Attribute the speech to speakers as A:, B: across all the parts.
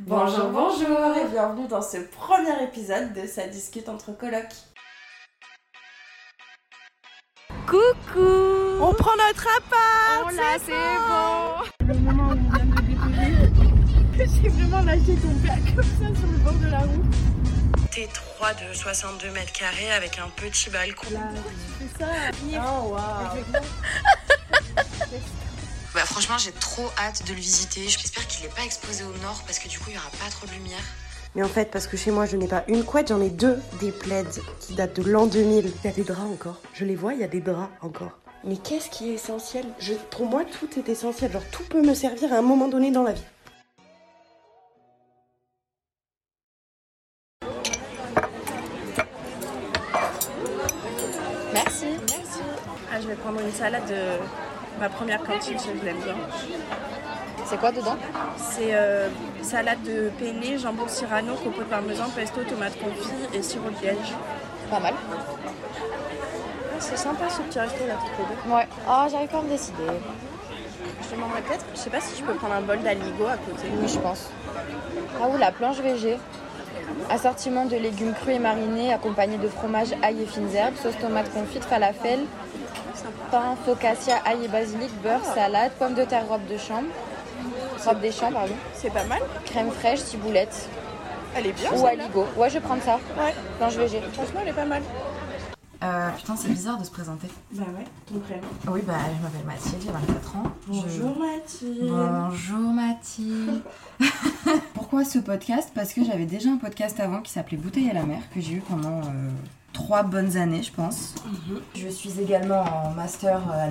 A: Bonjour, bonjour et bienvenue dans ce premier épisode de Ça discute entre colocs.
B: Coucou
C: On prend notre appart
B: On l'a, c'est bon
C: Le moment où on vient de découvrir, j'ai vraiment lâché ton père comme ça sur le bord de la route.
D: T3 de 62 mètres carrés avec un petit balcon.
C: Là, tu fais ça
A: Oh waouh
D: Bah franchement j'ai trop hâte de le visiter. J'espère qu'il n'est pas exposé au nord parce que du coup il n'y aura pas trop de lumière.
E: Mais en fait, parce que chez moi, je n'ai pas une couette, j'en ai deux des plaids qui datent de l'an 2000. Il y a des draps encore. Je les vois, il y a des draps encore. Mais qu'est-ce qui est essentiel Je- Pour moi, tout est essentiel. Genre, tout peut me servir à un moment donné dans la vie.
C: Merci Ah, je vais prendre une salade de ma première cantine, je l'aime bien.
B: C'est quoi dedans
C: C'est euh, salade de penne, jambon serrano, copeaux de parmesan, pesto, tomate confit et sirop de liège.
B: Pas mal.
C: Ah, C'est sympa ce petit resto là, trop bien.
B: Ouais. Ah, j'arrive pas à me décider.
C: Je te demanderai peut-être, je sais pas si je peux prendre un bol d'aligo à côté.
B: Oui, je pense. Ah ou la planche VG. Assortiment de légumes crus et marinés accompagnés de fromage, ail et fines herbes, sauce tomate confite, falafel, pain, focaccia, ail et basilic, beurre,
C: Ah.
B: salade, pommes de terre, robe de chambre, robe des champs, pardon,
C: C'est pas mal,
B: crème fraîche, ciboulette
C: elle est bien.
B: ou
C: celle-là.
B: aligo. Ouais, je vais prendre ça.
C: Ouais.
B: Planche VG.
C: Franchement, elle est pas mal.
F: Euh, putain, c'est bizarre de se présenter.
A: Bah ouais, ton prénom.
F: Oui, bah, je m'appelle Mathilde, j'ai 24 ans. Je-
A: Bonjour Mathilde
F: Bonjour Mathilde. Pourquoi ce podcast Parce que j'avais déjà un podcast avant qui s'appelait Bouteille à la mer, que j'ai eu pendant euh, trois bonnes années, je pense.
A: Mhm.
F: Je suis également en master euh, à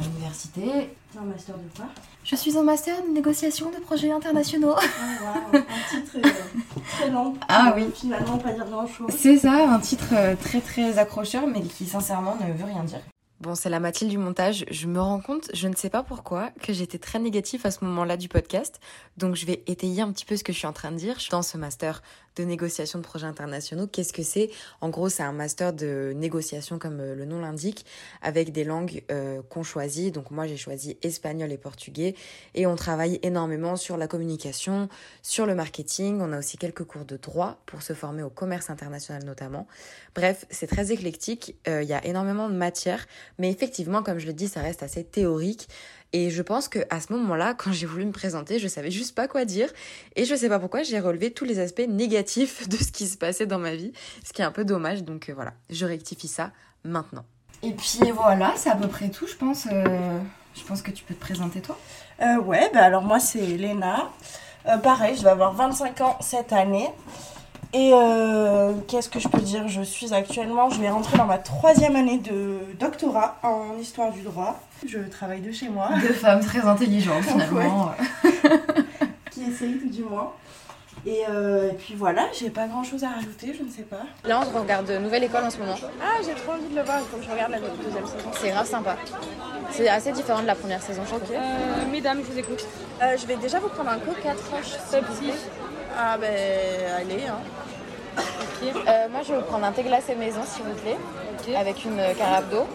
F: l'université.
A: Un master de quoi
F: Je suis en master de négociation de projets internationaux.
A: Oh waouh, un titre euh, très long.
F: Ah oui.
A: Finalement, pas dire grand chose.
F: C'est ça, un titre euh, très très accrocheur, mais qui sincèrement ne veut rien dire.
G: Bon, c'est la Mathilde du montage. Je me rends compte, je ne sais pas pourquoi, que j'étais très négative à ce moment-là du podcast. Donc, je vais étayer un petit peu ce que je suis en train de dire. Je suis dans ce master de négociation de projets internationaux. Qu'est-ce que c'est En gros, c'est un master de négociation, comme euh, le nom l'indique, avec des langues euh, qu'on choisit. Donc, moi, j'ai choisi espagnol et portugais. Et on travaille énormément sur la communication, sur le marketing. On a aussi quelques cours de droit pour se former au commerce international, notamment. Bref, c'est très éclectique. Euh, Il y a énormément de matières. Mais effectivement, comme je le dis, ça reste assez théorique. Et je pense que à ce moment-là, quand j'ai voulu me présenter, je savais juste pas quoi dire. Et je sais pas pourquoi, j'ai relevé tous les aspects négatifs de ce qui se passait dans ma vie. Ce qui est un peu dommage. Donc euh, voilà, je rectifie ça maintenant.
F: Et puis voilà, c'est à peu près tout, je pense. Euh, je pense que tu peux te présenter toi.
A: Euh, ouais, bah alors moi c'est Léna. Euh, pareil, je vais avoir 25 ans cette année. Et euh, qu'est-ce que je peux dire Je suis actuellement, je vais rentrer dans ma troisième année de doctorat en histoire du droit. Je travaille de chez moi,
F: Deux femmes très intelligentes
A: finalement.
F: finalement.
B: euh.
A: qui essaye tout du moins. Et, euh, et puis voilà, j'ai pas grand-chose à rajouter, je ne sais pas.
B: Là, on regarde Nouvelle École en ce moment.
C: Ah, j'ai trop envie de le voir, il faut que je regarde la deuxième saison.
B: C'est grave sympa. C'est assez différent de la première saison, je trouve.
C: mesdames, je vous écoute. Euh, je vais déjà vous prendre un coca tranche, s'il vous plaît. Ah ben, allez, hein.
B: Euh, moi, je vais vous prendre un thé glacé maison, s'il vous plaît, avec une euh, carafe d'eau.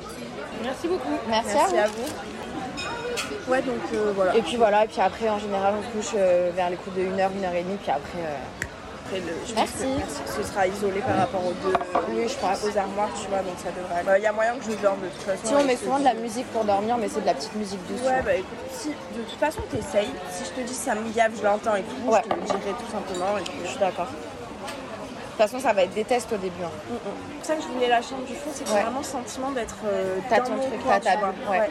C: Merci beaucoup.
B: Merci, à vous.
C: à vous. Ouais, donc euh, voilà.
B: Et puis voilà, et puis après, en général, on se couche euh, vers les coups de 1h, 1h30, puis après... euh,
C: Après, le- je
B: Merci.
C: pense que ce sera isolé par rapport aux deux,
B: Oui, je crois.
C: aux armoires, tu vois, donc ça devrait aller. Bah, Il y a moyen que je dorme de toute façon.
B: Si on
C: avec
B: met
C: ce
B: souvent de la
C: lit.
B: musique pour dormir, mais c'est de la petite musique douce.
C: Ouais, bah écoute, si, de toute façon, t'essayes. Si je te dis ça me gave, je l'entends et tout,
B: Ouais.
C: je te le dirai tout simplement. Et puis,
B: Je suis d'accord. De toute façon, ça va être des tests au début. hein.
C: C'est pour ça que je voulais la chambre du fond, c'est que j'ai
B: Ouais.
C: vraiment le sentiment d'être. euh,
B: T'as
C: dans
B: ton
C: mon
B: truc,
C: coin,
B: t'as ta
C: tu vois.
B: bulle, ouais.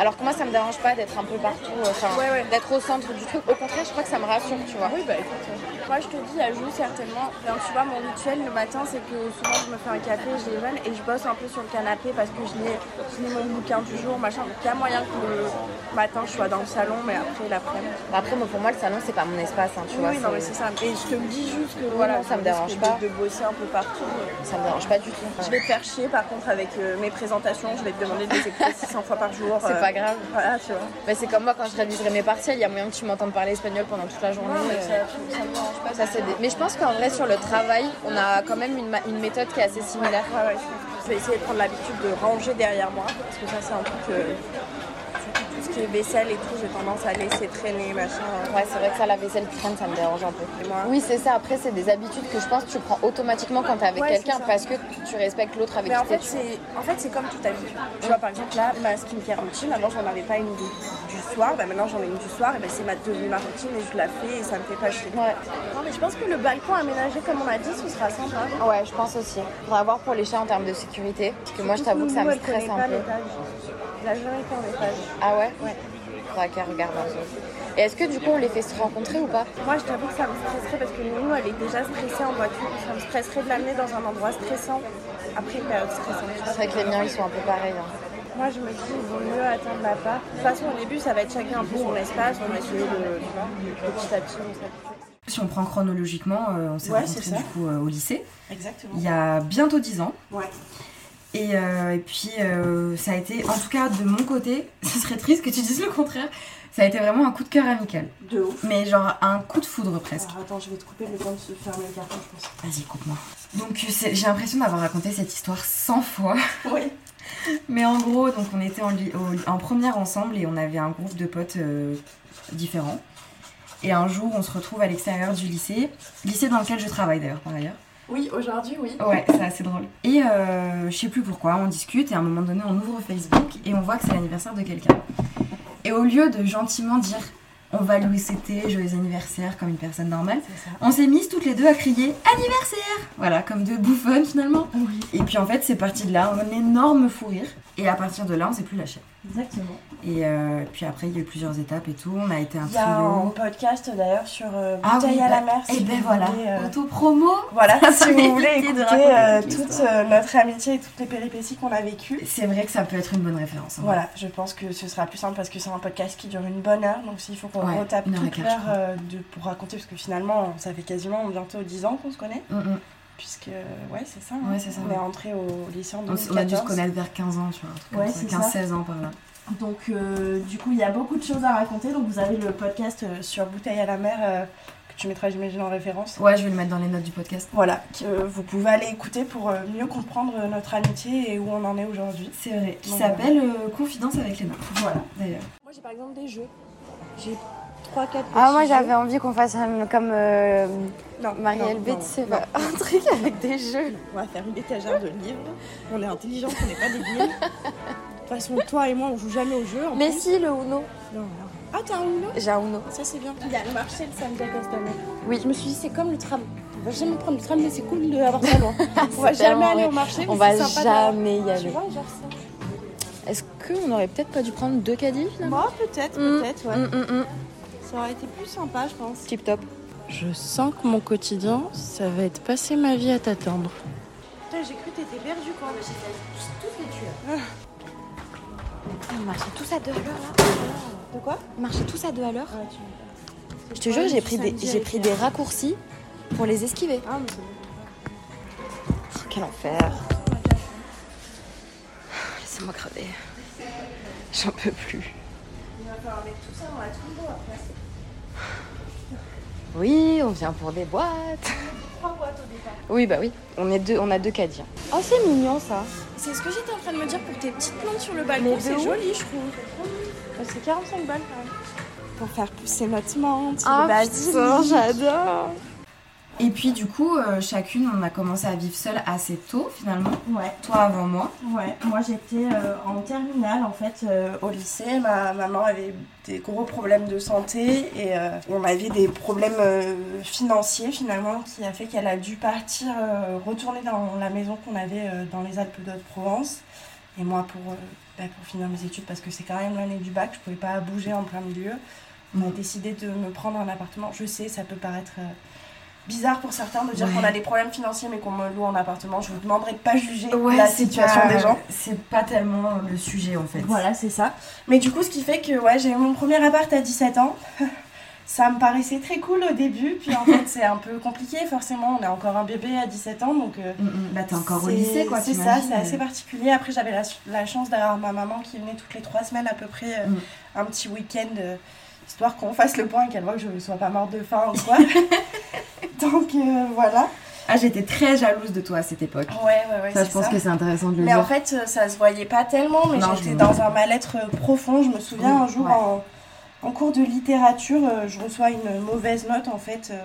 B: Alors que moi, ça me dérange pas d'être un peu partout, euh, enfin,
C: Ouais, ouais.
B: d'être au centre du truc. Au contraire, je crois que ça me rassure, tu vois.
C: Oui, bah écoute, euh, moi je te dis, elle joue certainement. Enfin, tu vois, mon rituel le matin, c'est que souvent je me fais un café, je déjeune et je bosse un peu sur le canapé parce que je lis, je lis mon bouquin du jour, machin. Donc il y a moyen que le matin je sois dans le salon, mais après l'après-midi.
B: Après, moi, pour moi, le salon, c'est pas mon espace, hein, tu
C: Oui,
B: vois.
C: oui, non, mais
B: c'est-
C: c'est ça. Et je te le dis juste que
B: non,
C: voilà,
B: ça me
C: je risque
B: dérange
C: de-
B: pas.
C: De bosser un peu partout. euh,
B: Ça me dérange pas du tout.
C: Je vais te faire chier par contre avec euh, mes présentations, je vais te demander de les écouter 600 fois par jour.
B: C'est
C: euh,
B: pas grave.
C: Voilà, tu vois.
B: Mais c'est comme moi quand je réviserai mes partiels, il y a moyen que tu m'entendes parler espagnol pendant toute la journée. euh, ça, c'est des- Mais je pense qu'en vrai, sur le travail, on a quand même une, ma- une méthode qui est assez similaire.
C: Ouais, ouais, je vais essayer de prendre l'habitude de ranger derrière moi, parce que ça c'est un truc, euh, surtout tout ce qui que vaisselle et tout, j'ai tendance à laisser traîner, machin.
B: Ouais, c'est vrai que ça, la vaisselle qui traîne, ça me dérange un peu.
C: Et moi,
B: Oui, c'est ça. Après, c'est des habitudes que je pense que tu prends automatiquement quand t'es avec
C: Ouais,
B: quelqu'un
C: c'est ça.
B: parce que tu respectes l'autre avec
C: Mais en
B: qui t'es.
C: fait, c'est en fait, c'est comme toute habitude. Tu vois, par exemple, là, ma skincare routine, avant, j'en avais pas une du, du soir. Bah, maintenant, j'en ai une du soir. Et ben c'est ma devenue ma routine et je la fais et ça me fait pas chier.
B: Ouais.
C: Non, mais je pense que le balcon aménagé, comme on a dit, ce sera sympa.
B: Ouais, je pense aussi. Faudra voir pour les chats en termes de sécurité. Parce que moi, je t'avoue que ça
C: Nous,
B: me
C: elle connaît
B: stresse un
C: pas
B: peu.
C: l'étage. Elle a jamais été en étage.
B: Ah ouais
C: Ouais.
B: Faudra qu'elle regarde un peu. Et est-ce que du coup, on les fait se rencontrer ou pas
C: Moi, je t'avoue que ça me stresserait parce que Nounou, elle est déjà stressée en voiture. Ça me stresserait de l'amener dans un endroit stressant après une période
B: C'est
C: stressante.
B: vrai que les miens, ils sont un peu pareils. hein.
C: Moi, je me dis, il vaut mieux attendre la part. De toute façon, au début, ça va être chacun un peu son espace. On va essayer de, tu vois, petit à petit, on s'habitue.
G: Si on prend chronologiquement, euh, on s'est
A: Ouais,
G: rencontrés
A: c'est ça.
G: du coup euh, au lycée,
A: Exactement.
G: il y a bientôt 10 ans.
A: Ouais.
G: Et, euh, et puis euh, ça a été, en tout cas de mon côté, ce serait triste que tu dises le contraire, ça a été vraiment un coup de cœur amical.
A: De ouf.
G: Mais genre un coup de foudre presque.
A: Alors, attends, je vais te couper le temps de se fermer le carton, je pense.
G: Vas-y, coupe-moi. Donc c'est- j'ai l'impression d'avoir raconté cette histoire 100 fois.
A: Oui.
G: Mais en gros, donc on était en, li- au- en première ensemble et on avait un groupe de potes euh, différents. Et un jour, on se retrouve à l'extérieur du lycée, lycée dans lequel je travaille d'ailleurs par ailleurs.
A: Oui, aujourd'hui, oui.
G: Ouais, c'est assez drôle. Et euh, je sais plus pourquoi, on discute et à un moment donné, on ouvre Facebook et on voit que c'est l'anniversaire de quelqu'un. Et au lieu de gentiment dire on va lui souhaiter joyeux anniversaire comme une personne normale, on s'est mises toutes les deux à crier anniversaire Voilà, comme deux bouffonnes finalement. Et puis en fait, c'est parti de là, un énorme fou rire. Et à partir de là, on s'est plus lâché.
A: Exactement.
G: Et euh, puis après, il y a eu plusieurs étapes et tout. On a été un
A: Il y a un
G: trio.
A: podcast d'ailleurs sur euh,
G: Ah
A: Bouteille
G: oui,
A: à la
G: bah-
A: mer.
G: Et
A: si
G: ben
A: vous
G: voilà,
A: voulez, euh,
G: auto-promo
A: Voilà, si vous voulez
G: Évitez de
A: écouter
G: raconter
A: euh,
G: toute
A: toute
G: l'histoire.
A: euh, notre amitié et toutes les péripéties qu'on a vécues.
G: C'est vrai que ça peut être une bonne référence. hein. en vrai.
A: Voilà, je pense que ce sera plus simple parce que c'est un podcast qui dure une bonne heure, donc s'il faut qu'on
G: Ouais,
A: retape
G: une heure et
A: toute
G: quart, je
A: l'heure euh, de- pour raconter, parce que finalement, ça fait quasiment bientôt 10 ans qu'on se connaît,
G: Mm, mm.
A: puisque, euh, ouais, c'est ça. hein.
G: Ouais, c'est ça,
A: On
G: ouais.
A: est rentré au lycée en
G: On, s- on a dû se
A: 2014.
G: connaître vers 15 ans, tu vois, un
A: Ouais,
G: truc comme ça,
A: c'est
G: 15,
A: ça.
G: 16 ans par là.
A: Donc, euh, du coup, il y a beaucoup de choses à raconter. Donc, vous avez le podcast euh, sur Bouteille à la mer euh, que tu mettras, j'imagine, en référence.
G: Ouais, je vais le mettre dans les notes du podcast.
A: Voilà, que euh, vous pouvez aller écouter pour euh, mieux comprendre euh, notre amitié et où on en est aujourd'hui.
G: C'est vrai. Qui
A: Donc,
G: s'appelle euh, Confidence avec les mains.
A: Voilà.
G: D'ailleurs.
C: Moi, j'ai par exemple des jeux. J'ai 3-4
B: Ah, moi, j'avais envie qu'on fasse un- comme euh,
C: Non,
B: Marielle
C: non,
B: Bitt,
C: non,
B: c'est pas- un truc avec des jeux.
H: On va faire une étagère de livres. On est intelligents, on n'est pas débiles. De toute façon, toi et moi, on joue jamais au jeu. En
B: Mais
H: plus.
B: si, le Uno.
H: Non, non. Ah, t'as un Uno
B: J'ai un Uno.
H: Ça, c'est bien.
B: Mm.
C: Il y a le marché le samedi à Castanet.
B: Oui.
H: Je me suis dit, c'est comme le tram. On va jamais prendre le tram, mais c'est cool d'avoir ça loin. On va jamais
B: tellement
H: aller
B: vrai.
H: au marché.
B: On
H: mais
B: va
H: c'est sympa de-
B: jamais y
H: Tu
B: aller.
H: vois, genre ça.
B: Est-ce qu'on aurait peut-être pas dû prendre deux caddies finalement
H: Moi, peut-être,
B: Mm.
H: peut-être, ouais.
B: Hum, hum, hum.
H: Ça aurait été plus sympa, je pense.
B: Tip top.
H: Je sens que mon quotidien, ça va être passer ma vie à t'attendre. Putain, j'ai cru que t'étais perdu quand même.
B: On marchait tous à deux à l'heure là.
H: De quoi
B: On marchait tous à deux à l'heure.
H: Ouais, tu-
B: Je te jure, j'ai pris, des, j'ai pris des raccourcis pour les esquiver.
H: Ah, mais c'est bon.
B: Oh, quel enfer. Laissez-moi craver. J'en peux plus. Oui, on vient pour des boîtes. Oui, bah oui. On, est deux, on a deux caddies. Oh, c'est mignon ça.
C: C'est ce que j'étais en train de me dire pour tes petites plantes sur le balcon.
B: de
C: C'est
B: ouf.
C: joli, je trouve.
H: C'est 45 balles quand même. Pour faire pousser notre menthe.
B: Ah,
H: bah,
B: putain,
H: j'adore.
G: Et puis du coup, euh, chacune, on a commencé à vivre seule assez tôt finalement.
A: Ouais.
G: Toi avant moi.
A: Ouais, moi j'étais euh, en terminale en fait euh, au lycée. Ma maman avait des gros problèmes de santé et euh, on avait des problèmes euh, financiers finalement qui a fait qu'elle a dû partir, euh, retourner dans la maison qu'on avait euh, dans les Alpes d'Haute-Provence. Et moi pour, euh, bah, pour finir mes études, parce que c'est quand même l'année du bac, je pouvais pas bouger en plein milieu. On
G: Mm.
A: a décidé de me prendre un appartement. Je sais, ça peut paraître euh, bizarre pour certains de dire
G: Ouais.
A: qu'on a des problèmes financiers mais qu'on me loue en appartement. Je vous demanderai de pas juger
G: Ouais,
A: la
G: c'est
A: situation
G: pas-
A: des gens.
G: C'est pas tellement euh, le sujet en fait.
A: Voilà, c'est ça. Mais du coup, ce qui fait que ouais, j'ai eu mon premier appart à 17 ans. Ça me paraissait très cool au début, puis en fait, c'est un peu compliqué. Forcément, on est encore un bébé à 17 ans, donc. euh,
G: Mm, mm. Bah t'es encore au
A: c'est-
G: lycée quoi.
A: C'est ça,
G: t'imagines,
A: c'est
G: euh,
A: assez particulier. Après, j'avais la, la chance d'avoir ma maman qui venait toutes les trois semaines à peu près euh,
G: Mm.
A: un petit week-end, euh, histoire qu'on fasse le point et qu'elle voit que je ne sois pas morte de faim ou quoi. Donc euh, voilà.
G: Ah, j'étais très jalouse de toi à cette époque.
I: Ouais, ouais, ouais.
G: Ça, je
I: c'est
G: pense que c'est intéressant de le
I: Mais
G: dire.
I: en fait, euh, ça se voyait pas tellement, mais
G: Non,
I: j'étais
G: je-
I: dans un mal-être euh, profond. Je me souviens
G: Oui,
I: un jour
G: ouais.
I: en, en cours de littérature, euh, je reçois une mauvaise note en fait euh,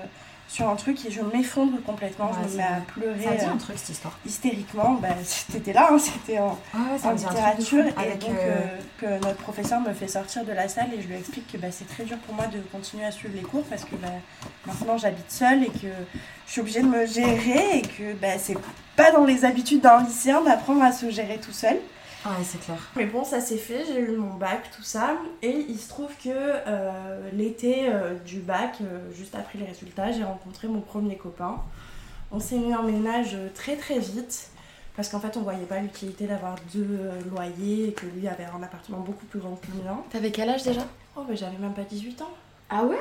I: sur un truc et je m'effondre complètement.
G: Ouais,
I: je me
G: c'est
I: mets à
G: vrai.
I: pleurer
G: Ça dit
I: euh,
G: un truc cette histoire.
I: hystériquement. Bah, c'était là, hein, c'était en,
G: Ah Ouais,
I: en
G: me dit un truc de fou.
I: littérature. Et
G: Avec,
I: donc,
G: euh,
I: euh, que notre professeur me fait sortir de la salle et je lui explique que bah, c'est très dur pour moi de continuer à suivre les cours parce que bah, maintenant j'habite seule et que je suis obligée de me gérer et que bah, c'est pas dans les habitudes d'un lycéen d'apprendre à se gérer tout seul.
G: Ouais, c'est clair.
A: Mais bon, ça s'est fait, j'ai eu mon bac, tout ça. Et il se trouve que euh, l'été euh, du bac, euh, juste après les résultats, j'ai rencontré mon premier copain. On s'est mis en ménage euh, très très vite. Parce qu'en fait, on voyait pas l'utilité d'avoir deux euh, loyers et que lui avait un appartement beaucoup plus grand que le mien.
B: T'avais quel âge déjà
A: Oh, mais j'avais même pas 18 ans.
B: Ah ouais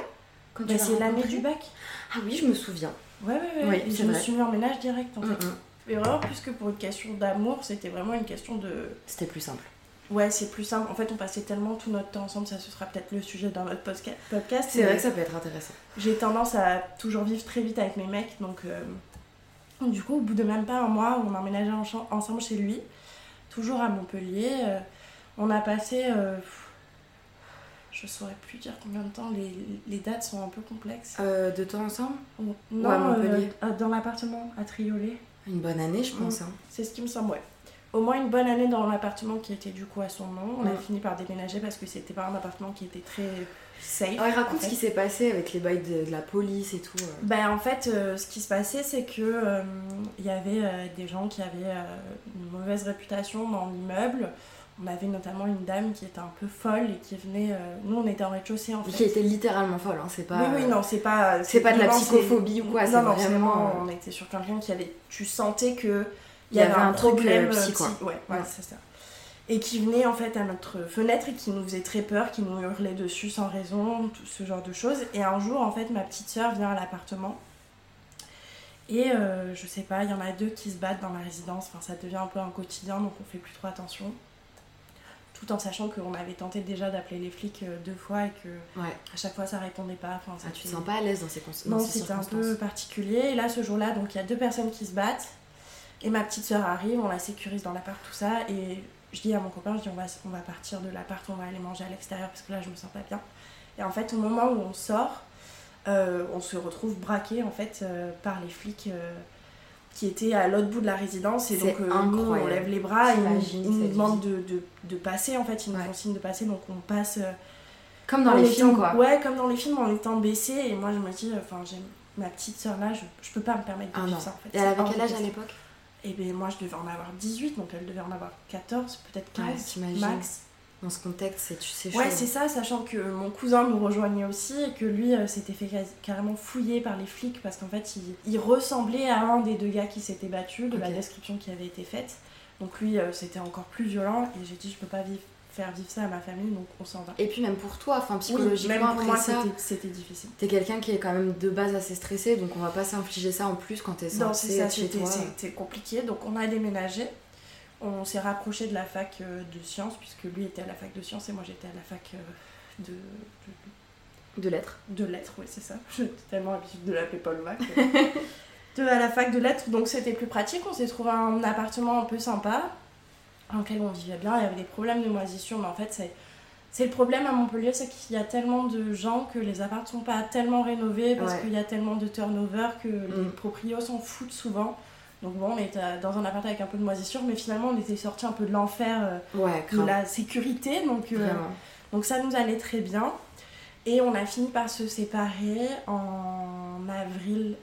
B: Quand
A: Bah,
B: tu l'as
A: c'est l'année
B: rencontré
A: du bac.
B: Ah oui, je me souviens.
A: Ouais, ouais, ouais.
B: Oui,
A: Et
B: c'est
A: je me
B: vrai.
A: suis mis en ménage direct en fait.
B: Mm, mm.
A: Mais vraiment, plus que pour une question d'amour, c'était vraiment une question de
B: C'était plus simple.
A: Ouais, c'est plus simple. En fait, on passait tellement tout notre temps ensemble, ça ce sera peut-être le sujet d'un autre posca- podcast.
B: C'est vrai que ça peut être intéressant.
A: J'ai tendance à toujours vivre très vite avec mes mecs, donc euh, du coup, au bout de même pas un mois, on emménageait en chan- ensemble chez lui, toujours à Montpellier. Euh, on a passé, euh, pff, je saurais plus dire combien de temps. Les, les dates sont un peu complexes.
B: Euh, deux temps ensemble
A: On-
B: à
A: euh,
B: Montpellier.
A: euh, dans l'appartement à Triolet.
B: Une bonne année, je pense. hein.
A: C'est ce qui me semble, ouais. Au moins une bonne année dans l'appartement qui était du coup à son nom. On a
B: Mm.
A: fini par déménager parce que c'était pas un appartement qui était très safe.
B: Ouais, raconte
A: en fait.
B: ce qui s'est passé avec les bails de, de la police et tout. euh.
A: Ben, en fait, euh, ce qui se passait, c'est que euh, il y avait euh, des gens qui avaient euh, une mauvaise réputation dans l'immeuble. On avait notamment une dame qui était un peu folle et qui venait. euh, nous, on était en rez-de-chaussée en fait.
B: Qui était littéralement folle, hein, c'est pas.
A: Oui, oui, non, c'est pas.
B: C'est pas de la
A: vraiment, c'est-
B: psychophobie ou quoi, c'est
A: Non, non,
B: vraiment, euh,
A: On était sur quelqu'un qui avait. Tu sentais que.
B: Il y avait un truc, euh, psy, quoi.
A: Ouais, ouais,
B: Ouais.
A: c'est ça. Et qui venait en fait à notre fenêtre et qui nous faisait très peur, qui nous hurlait dessus sans raison, tout ce genre de choses. Et un jour, en fait, ma petite sœur vient à l'appartement. Et euh, je sais pas, il y en a deux qui se battent dans la résidence. Enfin, ça devient un peu un quotidien, donc on fait plus trop attention. Tout en sachant qu'on avait tenté déjà d'appeler les flics euh, deux fois et que
B: Ouais.
A: à chaque fois ça répondait pas. Enfin, ça
B: Ah, tu te
A: faisait-
B: sens pas à l'aise dans ces, cons- dans
A: non,
B: ces
A: c'était un
B: circonstances.
A: peu particulier. Et là, ce jour-là, donc il y a deux personnes qui se battent. Et ma petite sœur arrive, on la sécurise dans l'appart, tout ça. Et je dis à mon copain, je dis on va, on va partir de l'appart, on va aller manger à l'extérieur parce que là, je me sens pas bien. Et en fait, au moment où on sort, euh, on se retrouve braqué en fait euh, par les flics euh, qui étaient à l'autre bout de la résidence. Et
B: C'est
A: donc, euh, nous, on
B: incroyable.
A: lève les bras, ils nous-
B: J'imagine
A: ils nous
B: cette
A: demandent de, de- de passer en fait, ils nous
B: Ouais.
A: font signe de passer, donc on passe. euh,
B: Comme dans
A: en
B: les
A: étant-
B: films, quoi.
A: Ouais, comme dans les films, en étant baissée. Et moi, je me dis, enfin, j'ai ma petite soeur là, je, je peux pas me permettre de
B: Ah
A: vivre
B: non.
A: ça en fait.
B: Et elle avait
A: C'est
B: quel âge à
A: horrible.
B: l'époque
A: Et bien, moi, je devais en avoir 18, donc elle devait en avoir 14, peut-être
B: Ouais,
A: 15,
B: t'imagines.
A: max.
B: Dans ce contexte, c'est Ah, tu sais
A: Ouais, c'est ça, sachant que mon cousin nous rejoignait aussi et que lui euh, s'était fait quasi- carrément fouiller par les flics parce qu'en fait, il, il ressemblait à un des deux gars qui s'était battu de la
B: Ok.
A: description qui avait été faite. Donc lui, euh, c'était encore plus violent et j'ai dit, je peux pas vivre, faire vivre ça à ma famille, donc on s'en va.
B: Et puis même pour toi, enfin
A: Oui,
B: psychologiquement
A: même pour
B: après
A: moi,
B: ça,
A: c'était- c'était difficile.
B: t'es quelqu'un qui est quand même de base assez stressé, donc on va pas s'infliger ça en plus quand t'es
A: Non, c'est
B: censé
A: ça,
B: être chez
A: c'était-
B: toi.
A: c'était compliqué. Donc on a déménagé. On s'est rapproché de la fac euh, de sciences, puisque lui était à la fac de sciences et moi j'étais à la fac euh, de, de,
B: De l'être.
A: de lettres, oui, c'est ça. J'ai tellement l'habitude de l'appeler Paul Mac. que- de à la fac de lettres, donc c'était plus pratique. On s'est trouvé un appartement un peu sympa, dans lequel on vivait bien. Il y avait des problèmes de moisissure, mais en fait, c'est. C'est le problème à Montpellier, c'est qu'il y a tellement de gens que les appartements sont pas tellement rénovés parce
B: Ouais.
A: qu'il y a tellement de turnover que les
B: Mm.
A: proprios s'en foutent souvent. Donc bon, on était dans un appart avec un peu de moisissure, mais finalement on était sorti un peu de l'enfer euh,
B: Ouais,
A: de
B: grave.
A: la sécurité, donc, euh,
B: Vraiment.
A: donc ça nous allait très bien. Et on a fini par se séparer en avril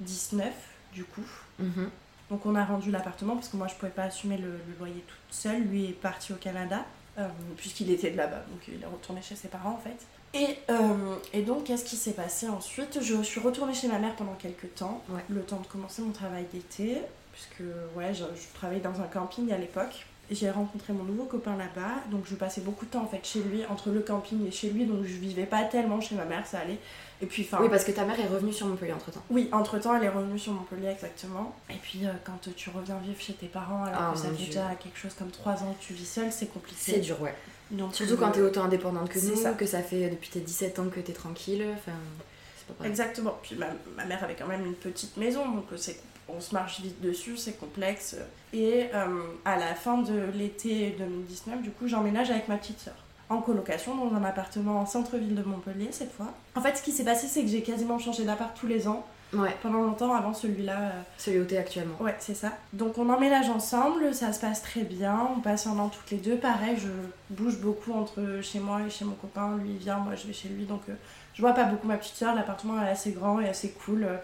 A: 2019, du coup.
B: Mhm.
A: Donc on a rendu l'appartement parce que moi je pouvais pas assumer le, le loyer toute seule. Lui est parti au Canada euh, puisqu'il était de là-bas, donc il est retourné chez ses parents en fait. Et, euh, et donc qu'est-ce qui s'est passé ensuite Je suis retournée chez ma mère pendant quelques temps,
B: Ouais.
A: le temps de commencer mon travail d'été, puisque ouais, je, je travaillais dans un camping à l'époque. J'ai rencontré mon nouveau copain là-bas, donc je passais beaucoup de temps en fait chez lui, entre le camping et chez lui, donc je vivais pas tellement chez ma mère, ça allait. Et puis enfin,
B: Oui, parce que ta mère est revenue sur Montpellier entre temps.
A: oui, entre temps, elle est revenue sur Montpellier exactement. Et puis, euh, quand tu reviens vivre chez tes parents, alors
B: Ah,
A: que ça
B: mon
A: fait
B: Dieu.
A: déjà quelque chose comme 3 ans que tu vis seule, c'est compliqué.
B: C'est dur, ouais.
A: Donc, euh,
B: Surtout quand t'es autant indépendante que
A: c'est
B: nous,
A: ça.
B: que ça fait depuis tes 17 ans que t'es tranquille. Enfin, c'est pas pareil.
A: Exactement. Puis ma, ma mère avait quand même une petite maison, donc euh, c'est, on se marche vite dessus, c'est complexe. Et euh, à la fin de l'été 2019, du coup, j'emménage avec ma petite sœur. En colocation dans un appartement en centre-ville de Montpellier cette fois. En fait, ce qui s'est passé, c'est que j'ai quasiment changé d'appart tous les ans.
B: Ouais,
A: Pendant longtemps, avant celui-là, euh,
B: celui où t'es actuellement.
A: Ouais, c'est ça. Donc on emménage ensemble, ça se passe très bien, on passe un an toutes les deux. Pareil, je bouge beaucoup entre chez moi et chez mon copain. Lui, il vient, moi, je vais chez lui. Donc euh, je vois pas beaucoup ma petite soeur, l'appartement est assez grand et assez cool. Euh,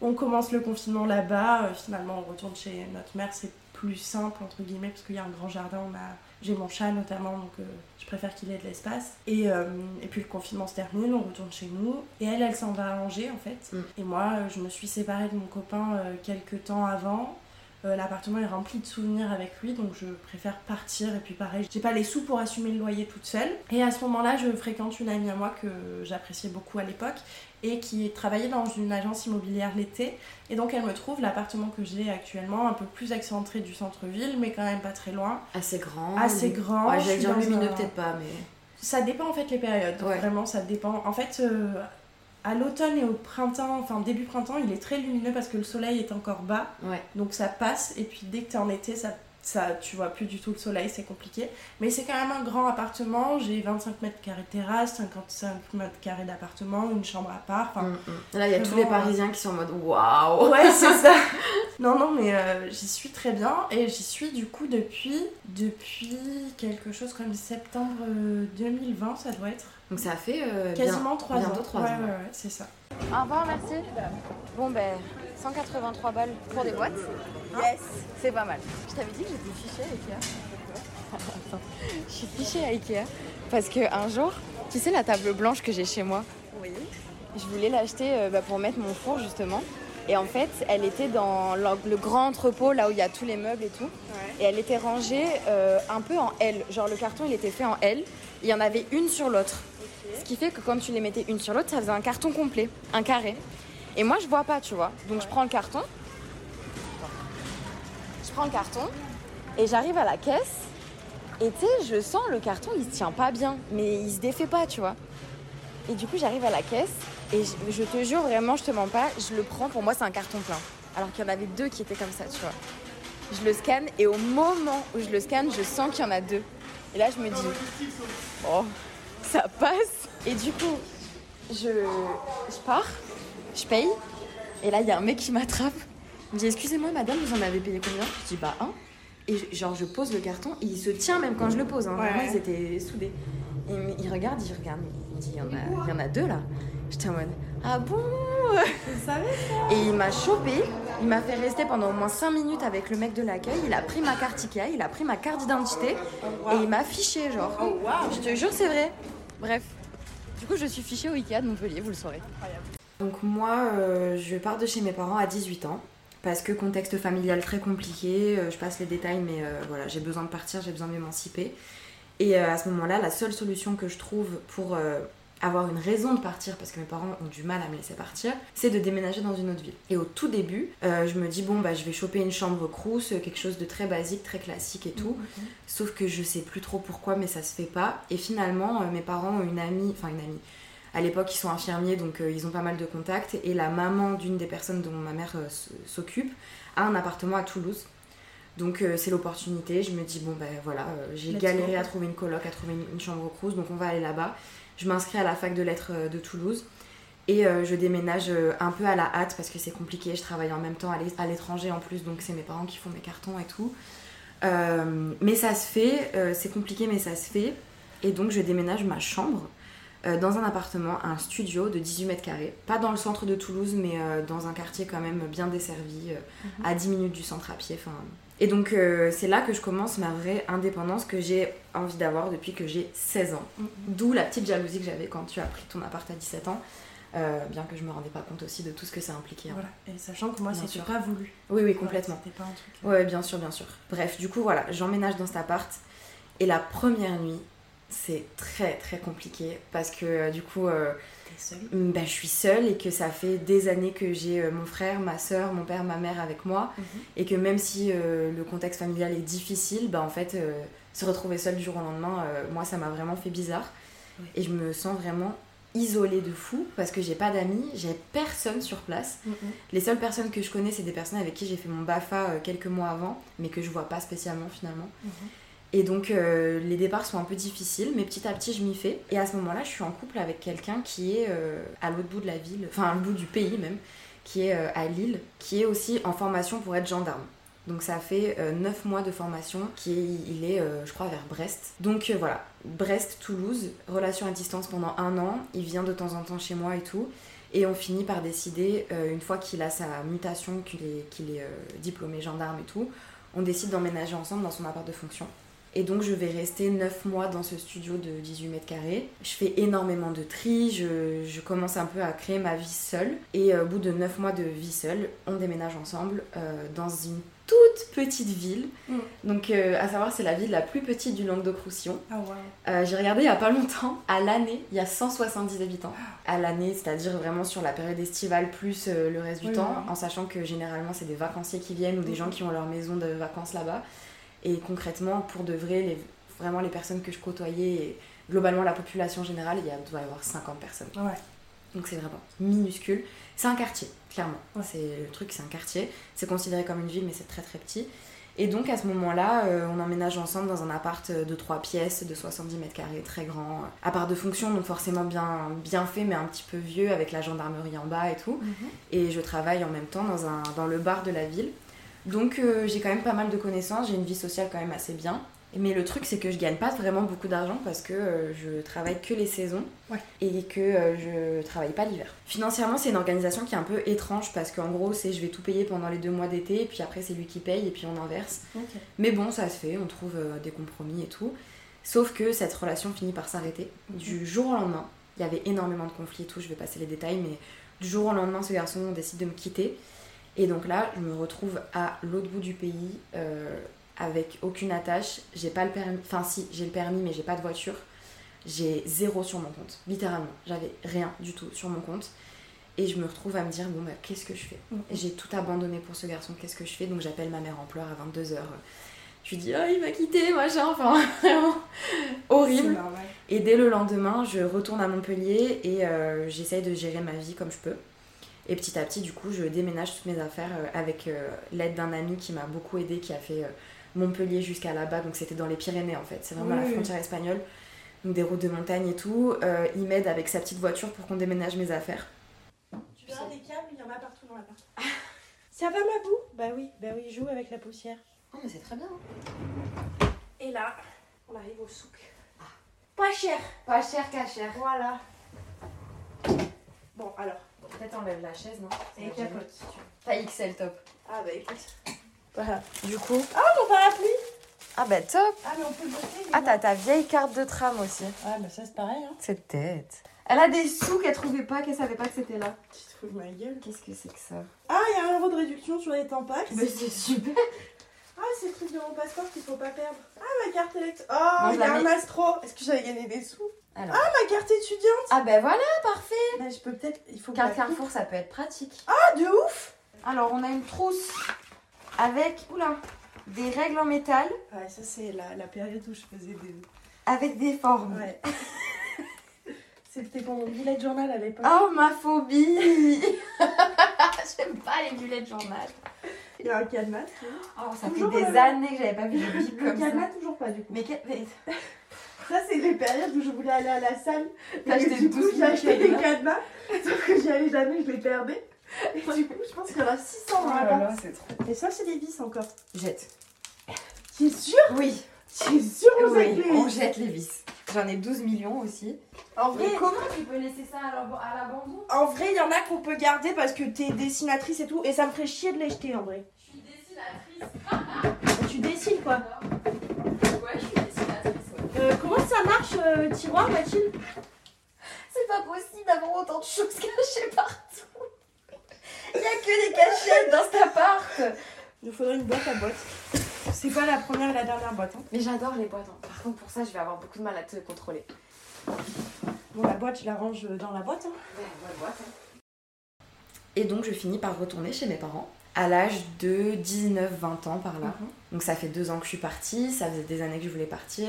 A: on commence le confinement là-bas, Euh, finalement on retourne chez notre mère, c'est plus simple entre guillemets parce qu'il y a un grand jardin, on a... j'ai mon chat notamment, donc euh, je préfère qu'il ait de l'espace. Et, euh, et puis le confinement se termine, on retourne chez nous, et elle, elle s'en va à Angers en fait.
B: Mm.
A: Et moi, euh, je me suis séparée de mon copain euh, quelques temps avant. Euh, L'appartement est rempli de souvenirs avec lui, donc je préfère partir. Et puis pareil, j'ai pas les sous pour assumer le loyer toute seule. Et à ce moment-là, je fréquente une amie à moi que j'appréciais beaucoup à l'époque et qui travaillait dans une agence immobilière l'été. Et donc elle me trouve l'appartement que j'ai actuellement, un peu plus excentré du centre-ville, mais quand même pas très loin,
B: Assez grand.
A: assez
B: lu-
A: grand.
B: Ouais,
A: je
B: j'allais
A: suis
B: dire
A: dans
B: lumineux,
A: un-
B: peut-être pas, mais.
A: ça dépend en fait les périodes.
B: Ouais.
A: Vraiment, ça dépend. En fait, euh, à l'automne et au printemps, enfin début printemps, il est très lumineux parce que le soleil est encore bas.
B: Ouais.
A: Donc ça passe. Et puis dès que t'es en été, ça, ça, tu vois plus du tout le soleil, c'est compliqué. Mais c'est quand même un grand appartement. J'ai 25 mètres carrés de terrasse, 55 mètres carrés d'appartement, une chambre à part. Enfin,
B: Mm, mm. Là, il y a tous les
A: Vraiment, euh,
B: Parisiens qui sont en mode waouh.
A: Ouais, c'est ça. Non, non, mais euh, j'y suis très bien et j'y suis du coup depuis depuis quelque chose comme septembre euh, 2020, ça doit être.
B: Donc ça fait euh, bien-
A: Quasiment trois ans.
B: bientôt trois
A: ouais,
B: ans.
A: Ouais, ouais, c'est ça.
J: Au revoir, merci. Bon, ben, 183 balles pour des boîtes.
A: Hein
J: Yes. C'est pas mal. Je t'avais dit que j'étais fichée à Ikea. Attends. Je suis fichée à Ikea parce qu'un jour, tu sais la table blanche que j'ai chez moi
C: Oui.
J: Je voulais l'acheter euh, bah, pour mettre mon four justement. Et en fait, elle était dans l'en- le grand entrepôt là où il y a tous les meubles et tout. Et elle était rangée euh, un peu en L. Genre le carton, il était fait en L. Il y en avait une sur l'autre. Ce qui fait que quand tu les mettais une sur l'autre, ça faisait un carton complet, un carré. Et moi, je vois pas, tu vois. Donc je prends le carton. Je prends le carton et j'arrive à la caisse. Et tu sais, je sens le carton, il se tient pas bien, mais il se défait pas, tu vois. Et du coup, j'arrive à la caisse et je, je te jure vraiment, je te mens pas, je le prends, pour moi c'est un carton plein. Alors qu'il y en avait deux qui étaient comme ça, tu vois. Je le scanne et au moment où je le scanne, je sens qu'il y en a deux. Et là, je me dis, oh, ça passe. Et du coup, je, je pars, je paye. Et là, il y a un mec qui m'attrape.
B: Il me dit excusez-moi madame, vous en avez payé combien Je dis bah un. Et je- genre je pose le carton et il se tient même quand je le pose. hein.
A: Ouais,
B: Vraiment
A: ouais.
B: ils étaient soudés. Et il me- il regarde, il regarde, il me dit il y en a, il y en a deux là. J'étais en mode ah bon Et il m'a chopé, il m'a fait rester pendant au moins 5 minutes avec le mec de l'accueil. Il a pris ma carte Ikea, il a pris ma carte d'identité et il m'a fiché genre. Je te jure c'est vrai. Bref.
J: Du coup, je suis fichée au Ikea de Montpellier, vous le saurez.
B: Donc moi, euh, je pars de chez mes parents à 18 ans. Parce que contexte familial très compliqué, euh, je passe les détails, mais euh, voilà, j'ai besoin de partir, j'ai besoin de m'émanciper. Et euh, à ce moment-là, la seule solution que je trouve pour euh, avoir une raison de partir, parce que mes parents ont du mal à me laisser partir, c'est de déménager dans une autre ville. Et au tout début, euh, je me dis, bon, bah, je vais choper une chambre crous, euh, quelque chose de très basique, très classique et tout. Sauf que je sais plus trop pourquoi, mais ça se fait pas. Et finalement, euh, mes parents ont une amie, enfin une amie, à l'époque, ils sont infirmiers, donc euh, ils ont pas mal de contacts. Et la maman d'une des personnes dont ma mère euh, s- s'occupe a un appartement à Toulouse. Donc euh, c'est l'opportunité. Je me dis, bon ben voilà, euh, j'ai
A: Let's
B: galéré
A: go.
B: à trouver une coloc, à trouver une, une chambre au Crous, donc on va aller là-bas. Je m'inscris à la fac de lettres euh, de Toulouse. Et euh, je déménage euh, un peu à la hâte parce que c'est compliqué, je travaille en même temps à l'é- à l'étranger en plus, donc c'est mes parents qui font mes cartons et tout. Euh, mais ça se fait, euh, c'est compliqué mais ça se fait. Et donc je déménage ma chambre euh, dans un appartement, un studio de 18 mètres carrés. Pas dans le centre de Toulouse, mais euh, dans un quartier quand même bien desservi, euh, à 10 minutes du centre à pied. Enfin, Et donc euh, c'est là que je commence ma vraie indépendance que j'ai envie d'avoir depuis que j'ai 16 ans. D'où la petite jalousie que j'avais quand tu as pris ton appart à 17 ans. euh, bien que je me rendais pas compte aussi de tout ce que ça impliquait. hein.
A: Voilà. Et sachant que moi,
B: Bien
A: c'était
B: sûr.
A: pas voulu.
B: Oui, oui, complètement.
A: C'était pas un truc.
B: Ouais, ouais, bien sûr, bien sûr. Bref, du coup, voilà, j'emménage dans cet appart. Et la première nuit, c'est très, très compliqué. Parce que, euh, du coup, euh,
A: T'es seule.
B: mm, bah, je suis seule et que ça fait des années que j'ai euh, mon frère, ma soeur, mon père, ma mère avec moi.
A: Mhm.
B: Et que même si euh, le contexte familial est difficile, bah, en fait, euh, se retrouver seule du jour au lendemain, euh, moi, ça m'a vraiment fait bizarre.
A: Ouais.
B: Et je me sens vraiment isolée de fou parce que j'ai pas d'amis, j'ai personne sur place.
I: Mm,
A: Mhm.
B: Les seules personnes que je connais, c'est des personnes avec qui j'ai fait mon BAFA euh, quelques mois avant, mais que je vois pas spécialement finalement. Et donc euh, les départs sont un peu difficiles, mais petit à petit je m'y fais. Et à ce moment-là, je suis en couple avec quelqu'un qui est euh, à l'autre bout de la ville, enfin à l'autre bout du pays même, qui est euh, à Lille, qui est aussi en formation pour être gendarme. Donc ça fait 9 mois de formation, qui est- il est, euh, je crois, vers Brest. Donc euh, voilà, Brest-Toulouse, relation à distance pendant un an, il vient de temps en temps chez moi et tout. Et on finit par décider, euh, une fois qu'il a sa mutation, qu'il est, qu'il est, euh, diplômé gendarme et tout, on décide d'emménager ensemble dans son appart de fonction. Et donc je vais rester 9 mois dans ce studio de 18 mètres carrés. Je fais énormément de tri, je, je commence un peu à créer ma vie seule. Et euh, au bout de 9 mois de vie seule, on déménage ensemble euh, dans une toute petite ville.
A: Mm.
B: Donc euh, à savoir c'est la ville la plus petite du Languedoc-Roussillon.
A: Ah ouais.
B: Euh, J'ai regardé il y a pas longtemps, à l'année, il y a 170 habitants. À l'année, c'est-à-dire vraiment sur la période estivale plus euh, le reste du
A: Oui,
B: temps,
A: oui. Mhm.
B: en sachant que généralement c'est des vacanciers qui viennent ou des gens qui ont leur maison de vacances là-bas. Et concrètement, pour de vrai, les, vraiment les personnes que je côtoyais et globalement la population générale, il y a, doit y avoir 50 personnes.
A: Ouais.
B: Donc c'est vraiment minuscule. C'est un quartier, clairement.
A: Ouais.
B: C'est le truc, c'est un quartier. C'est considéré comme une ville, mais c'est très très petit. Et donc à ce moment-là, euh, on emménage ensemble dans un appart euh, de 3 pièces, de 70 mètres carrés, très grand. Appart de fonction, donc forcément bien, bien fait, mais un petit peu vieux, avec la gendarmerie en bas et tout. Et je travaille en même temps dans, un, dans le bar de la ville. Donc euh, j'ai quand même pas mal de connaissances, j'ai une vie sociale quand même assez bien. Mais le truc, c'est que je gagne pas vraiment beaucoup d'argent parce que euh, je travaille que les saisons
A: Ouais.
B: et que euh, je travaille pas l'hiver. Financièrement, c'est une organisation qui est un peu étrange parce qu'en gros, c'est je vais tout payer pendant les deux mois d'été et puis après, c'est lui qui paye et puis on inverse.
A: Ok.
B: Mais bon, ça se fait, on trouve euh, des compromis et tout. Sauf que cette relation finit par s'arrêter du jour au lendemain. Il y avait énormément de conflits et tout, je vais passer les détails, mais du jour au lendemain, ce garçon décide de me quitter. Et donc là, je me retrouve à l'autre bout du pays, euh, avec aucune attache. J'ai pas le permis. Enfin, si, j'ai le permis, mais j'ai pas de voiture. J'ai zéro sur mon compte. Littéralement, j'avais rien du tout sur mon compte. Et je me retrouve à me dire, bon, bah, qu'est-ce que je fais
A: Mhm.
B: J'ai tout abandonné pour ce garçon, qu'est-ce que je fais Donc j'appelle ma mère en pleurs à 22h. Je lui dis, ah, il m'a quitté, machin, enfin, vraiment
A: C'est
B: horrible.
A: normal.
B: Et dès le lendemain, je retourne à Montpellier et euh, j'essaye de gérer ma vie comme je peux. Et petit à petit, du coup, je déménage toutes mes affaires euh, avec euh, l'aide d'un ami qui m'a beaucoup aidé, qui a fait euh, Montpellier jusqu'à là-bas. Donc c'était dans les Pyrénées en fait, c'est vraiment
A: Oui.
B: la frontière espagnole. Donc des routes de montagne et tout. Euh, il m'aide avec sa petite voiture pour qu'on déménage mes affaires.
A: Tu verras des câbles, il y en a partout dans l'appart.
B: Ah.
A: Ça va, Mabou Bah oui, bah oui, joue avec la poussière.
B: Oh, mais c'est très bien. hein.
A: Et là, on arrive au souk.
I: Pas cher.
B: Ah. Pas cher, qu'à cher.
I: Voilà. Bon, alors.
B: Peut-être enlève la chaise, non
I: Et capote. si tu veux.
B: Pas XL top.
I: Ah, bah écoute.
B: Du coup.
I: Ah, mon parapluie
B: Ah bah top
I: Ah, mais on peut le botter.
B: Ah, t'as ta vieille carte de tram aussi.
I: Ah, bah ça, c'est pareil, hein.
B: Cette tête. Elle a des sous qu'elle trouvait pas, qu'elle savait pas que c'était là.
I: Tu te fous de ma gueule.
B: Qu'est-ce que c'est que ça
I: Ah, il y a un euro de réduction sur les tampons.
B: Bah, c'est super.
I: Ah, c'est le truc de mon passeport qu'il faut pas perdre. Ah, ma carte électro. Oh,
B: Non,
I: il
B: je
I: y
B: la
I: a un
B: mets.
I: mastro. Est-ce que j'avais gagné des sous
B: Alors.
I: Ah, ma carte étudiante.
B: Ah ben voilà, parfait.
I: Bah, je peux peut-être. Il faut que
B: Carte
I: je la coupe.
B: Carrefour, ça peut être pratique.
I: Ah, de ouf
B: Alors on a une trousse avec oula des règles en métal
I: Ouais, ça, c'est la, la période où je faisais des.
B: avec des formes.
I: Ouais. C'était pour mon bullet journal à l'époque.
B: Oh ma phobie. J'aime pas les bullet journal.
I: Il y a un cadenas. tu vois.
B: Oh, ça
I: Toujours
B: fait des
I: le-
B: années que j'avais pas vu de bip
I: Le
B: comme
I: cadenas,
B: ça.
I: toujours pas du coup.
B: Mais que- mais-
I: Ça, c'est les périodes où je voulais aller à la salle.
B: T'as hein.
I: Et que
B: acheté
I: du coup,
B: 12
I: j'ai acheté des
B: cadenas.
I: cadenas. Sauf que j'y allais jamais, je les perdais. Et du coup, je pense qu'il y en a 600 dans la part.
B: Oh c'est trop.
I: Et ça, c'est des vis encore.
B: Jette.
I: Tu es sûre
B: Oui.
I: Tu es sûre que vous êtes
B: oui,
I: les
B: on jette les vis. J'en ai 12 millions aussi.
I: En vrai,
B: comment tu peux laisser ça à l'ab- à l'abandon
I: en vrai, il y en a qu'on peut garder parce que t'es dessinatrice et tout. Et ça me ferait chier de les jeter en vrai.
J: Je suis dessinatrice.
I: Et tu dessines quoi.
J: Ouais, je suis dessinatrice. ouais.
I: Euh, comment ça marche, euh, tiroir, Mathilde
B: C'est pas possible d'avoir autant de choses cachées partout. Il y a que des cachettes dans cet appart.
I: Il nous faudrait une boîte à boîte. C'est pas la première et la dernière boîte. hein.
B: Mais j'adore les boîtes. hein. Par contre, pour ça, je vais avoir beaucoup de mal à te contrôler.
I: Bon, la boîte, je la range dans la boîte. hein.
B: Et donc, je finis par retourner chez mes parents à l'âge de 19-20 ans par là. Donc, ça fait deux ans que je suis partie. Ça faisait des années que je voulais partir.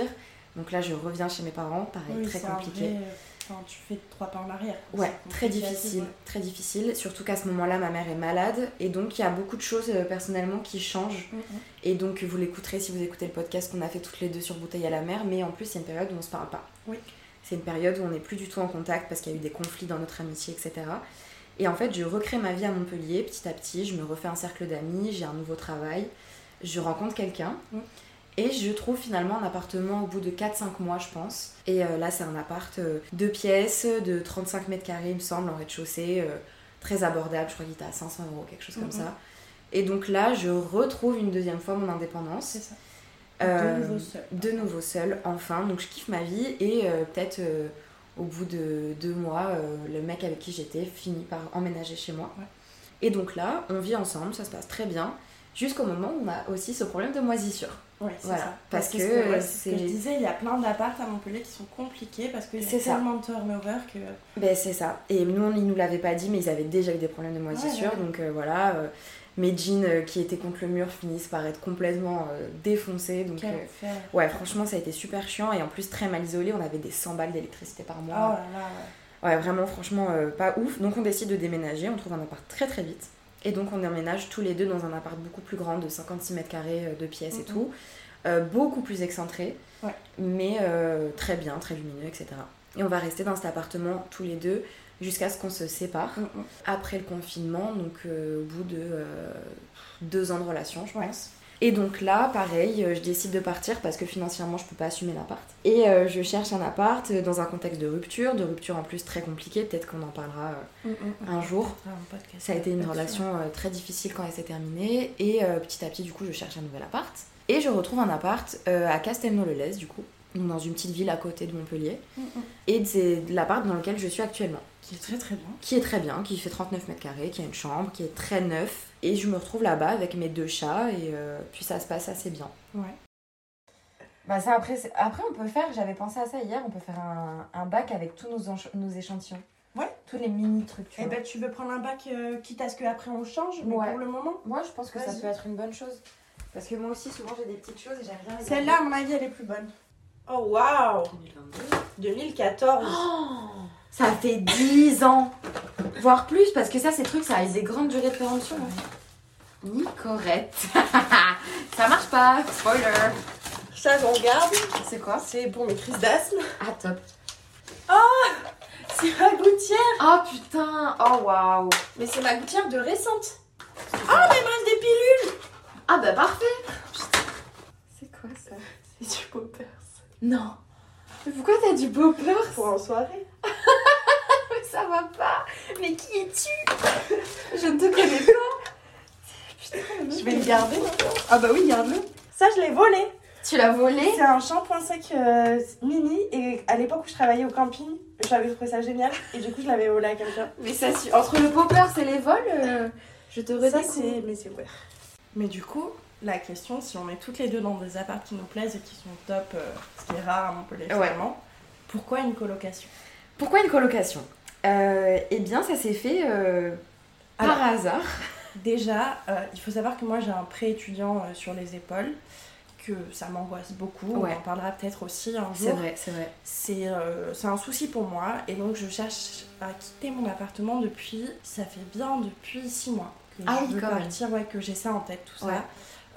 B: Donc là, je reviens chez mes parents. Pareil,
I: Oui,
B: très
I: c'est un
B: compliqué.
I: vrai, euh,
A: enfin, tu fais trois pas en arrière. quoi.
B: Ouais,
A: C'est
B: très
A: compliqué à
B: difficile,
A: vivre.
B: très difficile. Surtout qu'à ce moment-là, ma mère est malade et donc il y a beaucoup de choses euh, personnellement qui changent.
A: Mm,
B: Et donc vous l'écouterez si vous écoutez le podcast qu'on a fait toutes les deux sur Bouteille à la mer, mais en plus c'est une période où on se parle pas.
A: Oui.
B: C'est une période où on n'est plus du tout en contact parce qu'il y a eu des conflits dans notre amitié, etc. Et en fait, je recrée ma vie à Montpellier petit à petit. Je me refais un cercle d'amis, j'ai un nouveau travail, je rencontre quelqu'un. Et je trouve finalement un appartement au bout de 4-5 mois, je pense. Et euh, là, c'est un appart euh, deux pièces de 35 mètres carrés, il me semble, en rez-de-chaussée, euh, très abordable. Je crois qu'il était à 500 euros, quelque chose comme ça. Et donc là, je retrouve une deuxième fois mon indépendance.
A: C'est ça.
B: Euh,
A: De nouveau seul.
B: de nouveau seule, enfin. Donc je kiffe ma vie et euh, peut-être euh, au bout de deux mois, euh, le mec avec qui j'étais finit par emménager chez moi.
A: Ouais.
B: Et donc là, on vit ensemble, ça se passe très bien, jusqu'au moment où on a aussi ce problème de moisissure.
A: Ouais, c'est
B: Voilà,
A: ça.
B: parce
A: c'est
B: que,
A: ce ouais, c'est
B: euh,
A: ce que
B: c'est-
A: je disais, il y a plein d'apparts à Montpellier qui sont compliqués parce qu'il y a
B: C'est ça.
A: tellement de turnover que.
B: Ben c'est ça. Et nous, on- ils nous l'avaient pas dit, mais ils avaient déjà eu des problèmes de moisissure,
A: Ouais, ouais.
B: donc euh, voilà. euh, mes jeans euh, qui étaient contre le mur finissent par être complètement euh, défoncés, donc...
A: Quel
B: euh,
A: enfer.
B: Ouais, franchement, ça a été super chiant et en plus très mal isolé. On avait des 100 balles d'électricité par
A: Oh
B: mois.
A: là là, ouais.
B: Ouais, vraiment, franchement, euh, pas ouf. Donc, on décide de déménager. On trouve un appart très très vite. Et donc, on emménage tous les deux dans un appart beaucoup plus grand, de 56 mètres carrés, euh, deux pièces et
A: Mhm.
B: tout. Euh, beaucoup plus excentré.
A: Ouais.
B: Mais euh, très bien, très lumineux, etc. Et on va rester dans cet appartement tous les deux jusqu'à ce qu'on se sépare.
A: Mm, mm.
B: Après le confinement, donc euh, au bout de euh, deux ans de relation, je
A: Ouais.
B: pense. Et donc là, pareil, euh, je décide de partir parce que financièrement, je peux pas assumer l'appart. Et euh, je cherche un appart euh, dans un contexte de rupture, de rupture en plus très compliquée, peut-être qu'on en parlera euh, un jour.
A: Ah, un podcast.
B: Ça a été une
A: Là-dessus.
B: relation euh, très difficile quand elle s'est terminée. Et euh, petit à petit, du coup, je cherche un nouvel appart. Et je retrouve un appart euh, à Castelnau-le-Lez, du coup, donc dans une petite ville à côté de Montpellier. Et c'est l'appart dans lequel je suis actuellement
A: hein, Qui est très très bien.
B: qui est très bien, qui fait 39 mètres carrés, qui a une chambre, qui est très neuf. Et je me retrouve là-bas avec mes deux chats et euh, puis ça se passe assez bien.
A: Ouais.
B: Bah ça après, c'est- après on peut faire, j'avais pensé à ça hier, on peut faire un, un bac avec tous nos, encha- nos échantillons.
A: Ouais.
B: Tous les mini trucs.
A: Eh
B: tu vois.
A: ben, tu veux prendre un bac, euh, quitte à ce qu'après on change, mais
B: Ouais.
A: pour le moment.
B: Moi je pense que ça
A: Vas-y.
B: peut être une bonne chose. Parce que moi aussi souvent j'ai des petites choses et j'arrive rien à les
A: Celle-là, à mon avis, elle est plus bonne.
I: Oh waouh
B: garder.
I: 2014
B: Ça fait 10 ans, voire plus, parce que ça, ces trucs, ça a des grandes durées de péremption. hein. Nicorette. ça marche pas. Spoiler.
I: Ça, j'en garde.
B: C'est quoi
I: C'est pour mes crises d'asthme.
B: Ah, top.
I: C'est ma gouttière.
B: Oh putain. Oh waouh.
I: Mais c'est ma gouttière de récente. Ah, mais bref, des pilules
B: Ah bah parfait. C'est quoi ça
I: C'est du poppers.
B: Non. Mais pourquoi t'as du beau pleur
I: Pour en soirée.
B: Ça va pas. Mais qui es-tu Je ne te connais pas. Putain,
I: Je vais le garder.
B: Ah bah oui, garde-le.
I: Ça, je l'ai volé.
B: Tu l'as volé
I: C'est un shampoing sec euh, mini. Et à l'époque où je travaillais au camping, j'avais trouvé ça génial. Et du coup, je l'avais volé à quelqu'un.
B: Mais ça, su- entre le popper et les vols, euh, je te redis.
I: Ça, c'est. Mais c'est ouvert.
A: Mais du coup, la question, si on est toutes les deux dans des apparts qui nous plaisent et qui sont top, euh, ce qui est rare à Montpellier
B: Ouais.
A: finalement, pourquoi une colocation
B: Pourquoi une colocation Euh, Eh bien, ça s'est fait euh, par hasard.
A: Déjà, euh, il faut savoir que moi j'ai un pré-étudiant euh, sur les épaules, que ça m'angoisse beaucoup,
B: Ouais.
A: on en parlera peut-être aussi un jour.
B: vrai, c'est vrai.
A: C'est euh, c'est un souci pour moi et donc je cherche à quitter mon appartement depuis, ça fait bien depuis 6 mois que
B: Ah
A: je
B: oui,
A: veux
B: quand même.
A: partir, ouais, que j'ai ça en tête, tout
B: Ouais.
A: ça.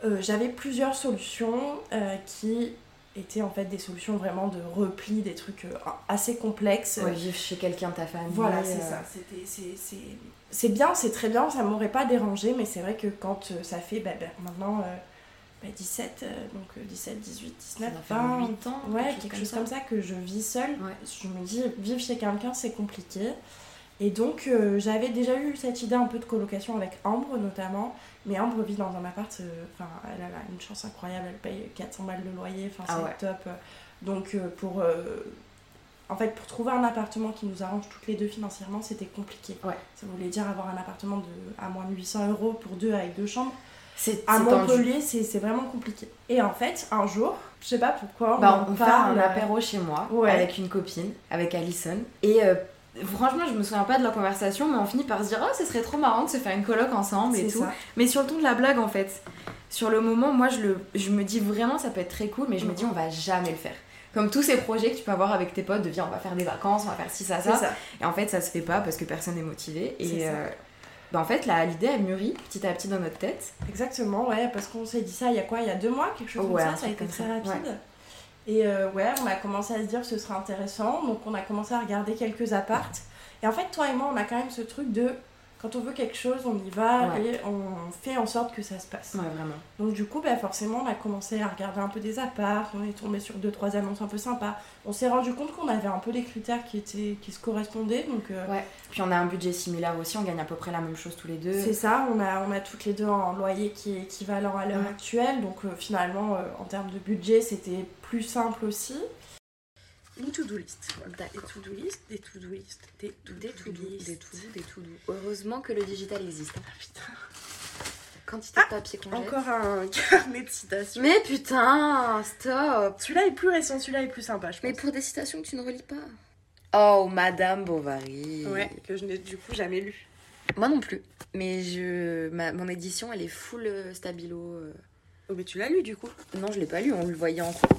A: Euh, J'avais plusieurs solutions euh, qui étaient en fait des solutions vraiment de repli, des trucs euh, assez complexes.
B: Ouais, vivre chez quelqu'un de ta famille.
A: Voilà, c'est
B: euh,
A: ça. C'était- c'est- c'est- C'est bien, c'est très bien, ça m'aurait pas dérangé, mais c'est vrai que quand euh, ça fait bah, bah, maintenant euh, bah, 17, euh, donc euh, 17, 18,
B: Ça
A: 19,
B: doit faire
A: 20,
B: 8 ans.
A: Ouais, quelque, chose comme ça. que je vis seule.
B: Ouais.
A: Je me dis, vivre chez quelqu'un, c'est compliqué. Et donc, euh, j'avais déjà eu cette idée un peu de colocation avec Ambre, notamment. Mais Ambre vit dans un appart, euh, enfin, elle a une chance incroyable, elle paye 400 balles de loyer, enfin,
B: Ah
A: c'est
B: ouais.
A: top. Donc, euh, pour. euh, en fait, pour trouver un appartement qui nous arrange toutes les deux financièrement, c'était compliqué.
B: Ouais.
A: Ça voulait dire avoir un appartement de, à moins de 800 euros pour deux avec deux chambres.
B: C'est
A: À
B: c'est tendu.
A: Montpellier, c'est c'est vraiment compliqué. Et en fait, un jour, je sais pas pourquoi,
B: Bah, on
A: en
B: part
A: parle,
B: un
A: euh,
B: apéro chez moi
A: Ouais.
B: avec une copine, avec Alison. Et euh, franchement, je me souviens pas de la conversation, mais on finit par se dire Oh, ce serait trop marrant de se faire une coloc ensemble et
A: C'est
B: tout.
A: ça.
B: Mais sur le ton de la blague, en Mm. fait. Sur le moment, moi, je, le, je me dis vraiment, ça peut être très cool, mais je me dis, on va jamais le faire. Comme tous ces projets que tu peux avoir avec tes potes de viens, on va faire des vacances, on va faire ci, ça,
A: C'est
B: ça.
A: ça.
B: Et en fait, ça se fait pas parce que personne n'est motivé.
A: C'est
B: Et
A: ça.
B: euh, bah, en fait, là, l'idée, elle mûrit petit à petit dans notre tête.
A: Exactement, ouais, parce qu'on s'est dit ça il y a quoi Il y a deux mois, quelque chose
B: Ouais,
A: comme
B: un
A: ça, ça a
B: truc
A: été
B: comme
A: très
B: ça,
A: rapide. Et euh, ouais, on a commencé à se dire que ce serait intéressant, donc on a commencé à regarder quelques appartes. Et en fait, toi et moi, on a quand même ce truc de quand on veut quelque chose, on y va
B: Ouais.
A: et on fait en sorte que ça se passe.
B: Ouais, vraiment.
A: Donc du coup, bah, forcément, on a commencé à regarder un peu des apparts, on est tombé sur deux, trois annonces un peu sympas. On s'est rendu compte qu'on avait un peu des critères qui, étaient, qui se correspondaient, donc euh,
B: Puis on a un budget similaire aussi, on gagne à peu près la même chose tous les deux.
A: C'est ça, on a, on a toutes les deux un loyer qui est équivalent à l'heure
B: Ouais.
A: actuelle, donc euh, finalement, euh, en termes de budget, c'était plus simple aussi.
E: Une to-do list. T'as des to-do list, des to-do list, des
B: Des tout
E: to-do
B: doux,
E: list. Ah,
B: des tout doux, des tout doux. Heureusement que le digital existe. hein. Quantité de papier qu'on jette.
E: Encore un carnet de citations.
B: Mais putain, stop
E: Celui-là est plus récent, celui-là est plus sympa, je pense.
B: Mais pour des citations que tu ne relis pas. Oh, Madame Bovary.
E: Ouais, que je n'ai du coup jamais lu.
B: Moi non plus. Mais je, ma- mon édition, elle est full euh, stabilo. euh.
E: Oh, mais tu l'as lu du coup
B: Non, je l'ai pas lu, on le voyait en cours.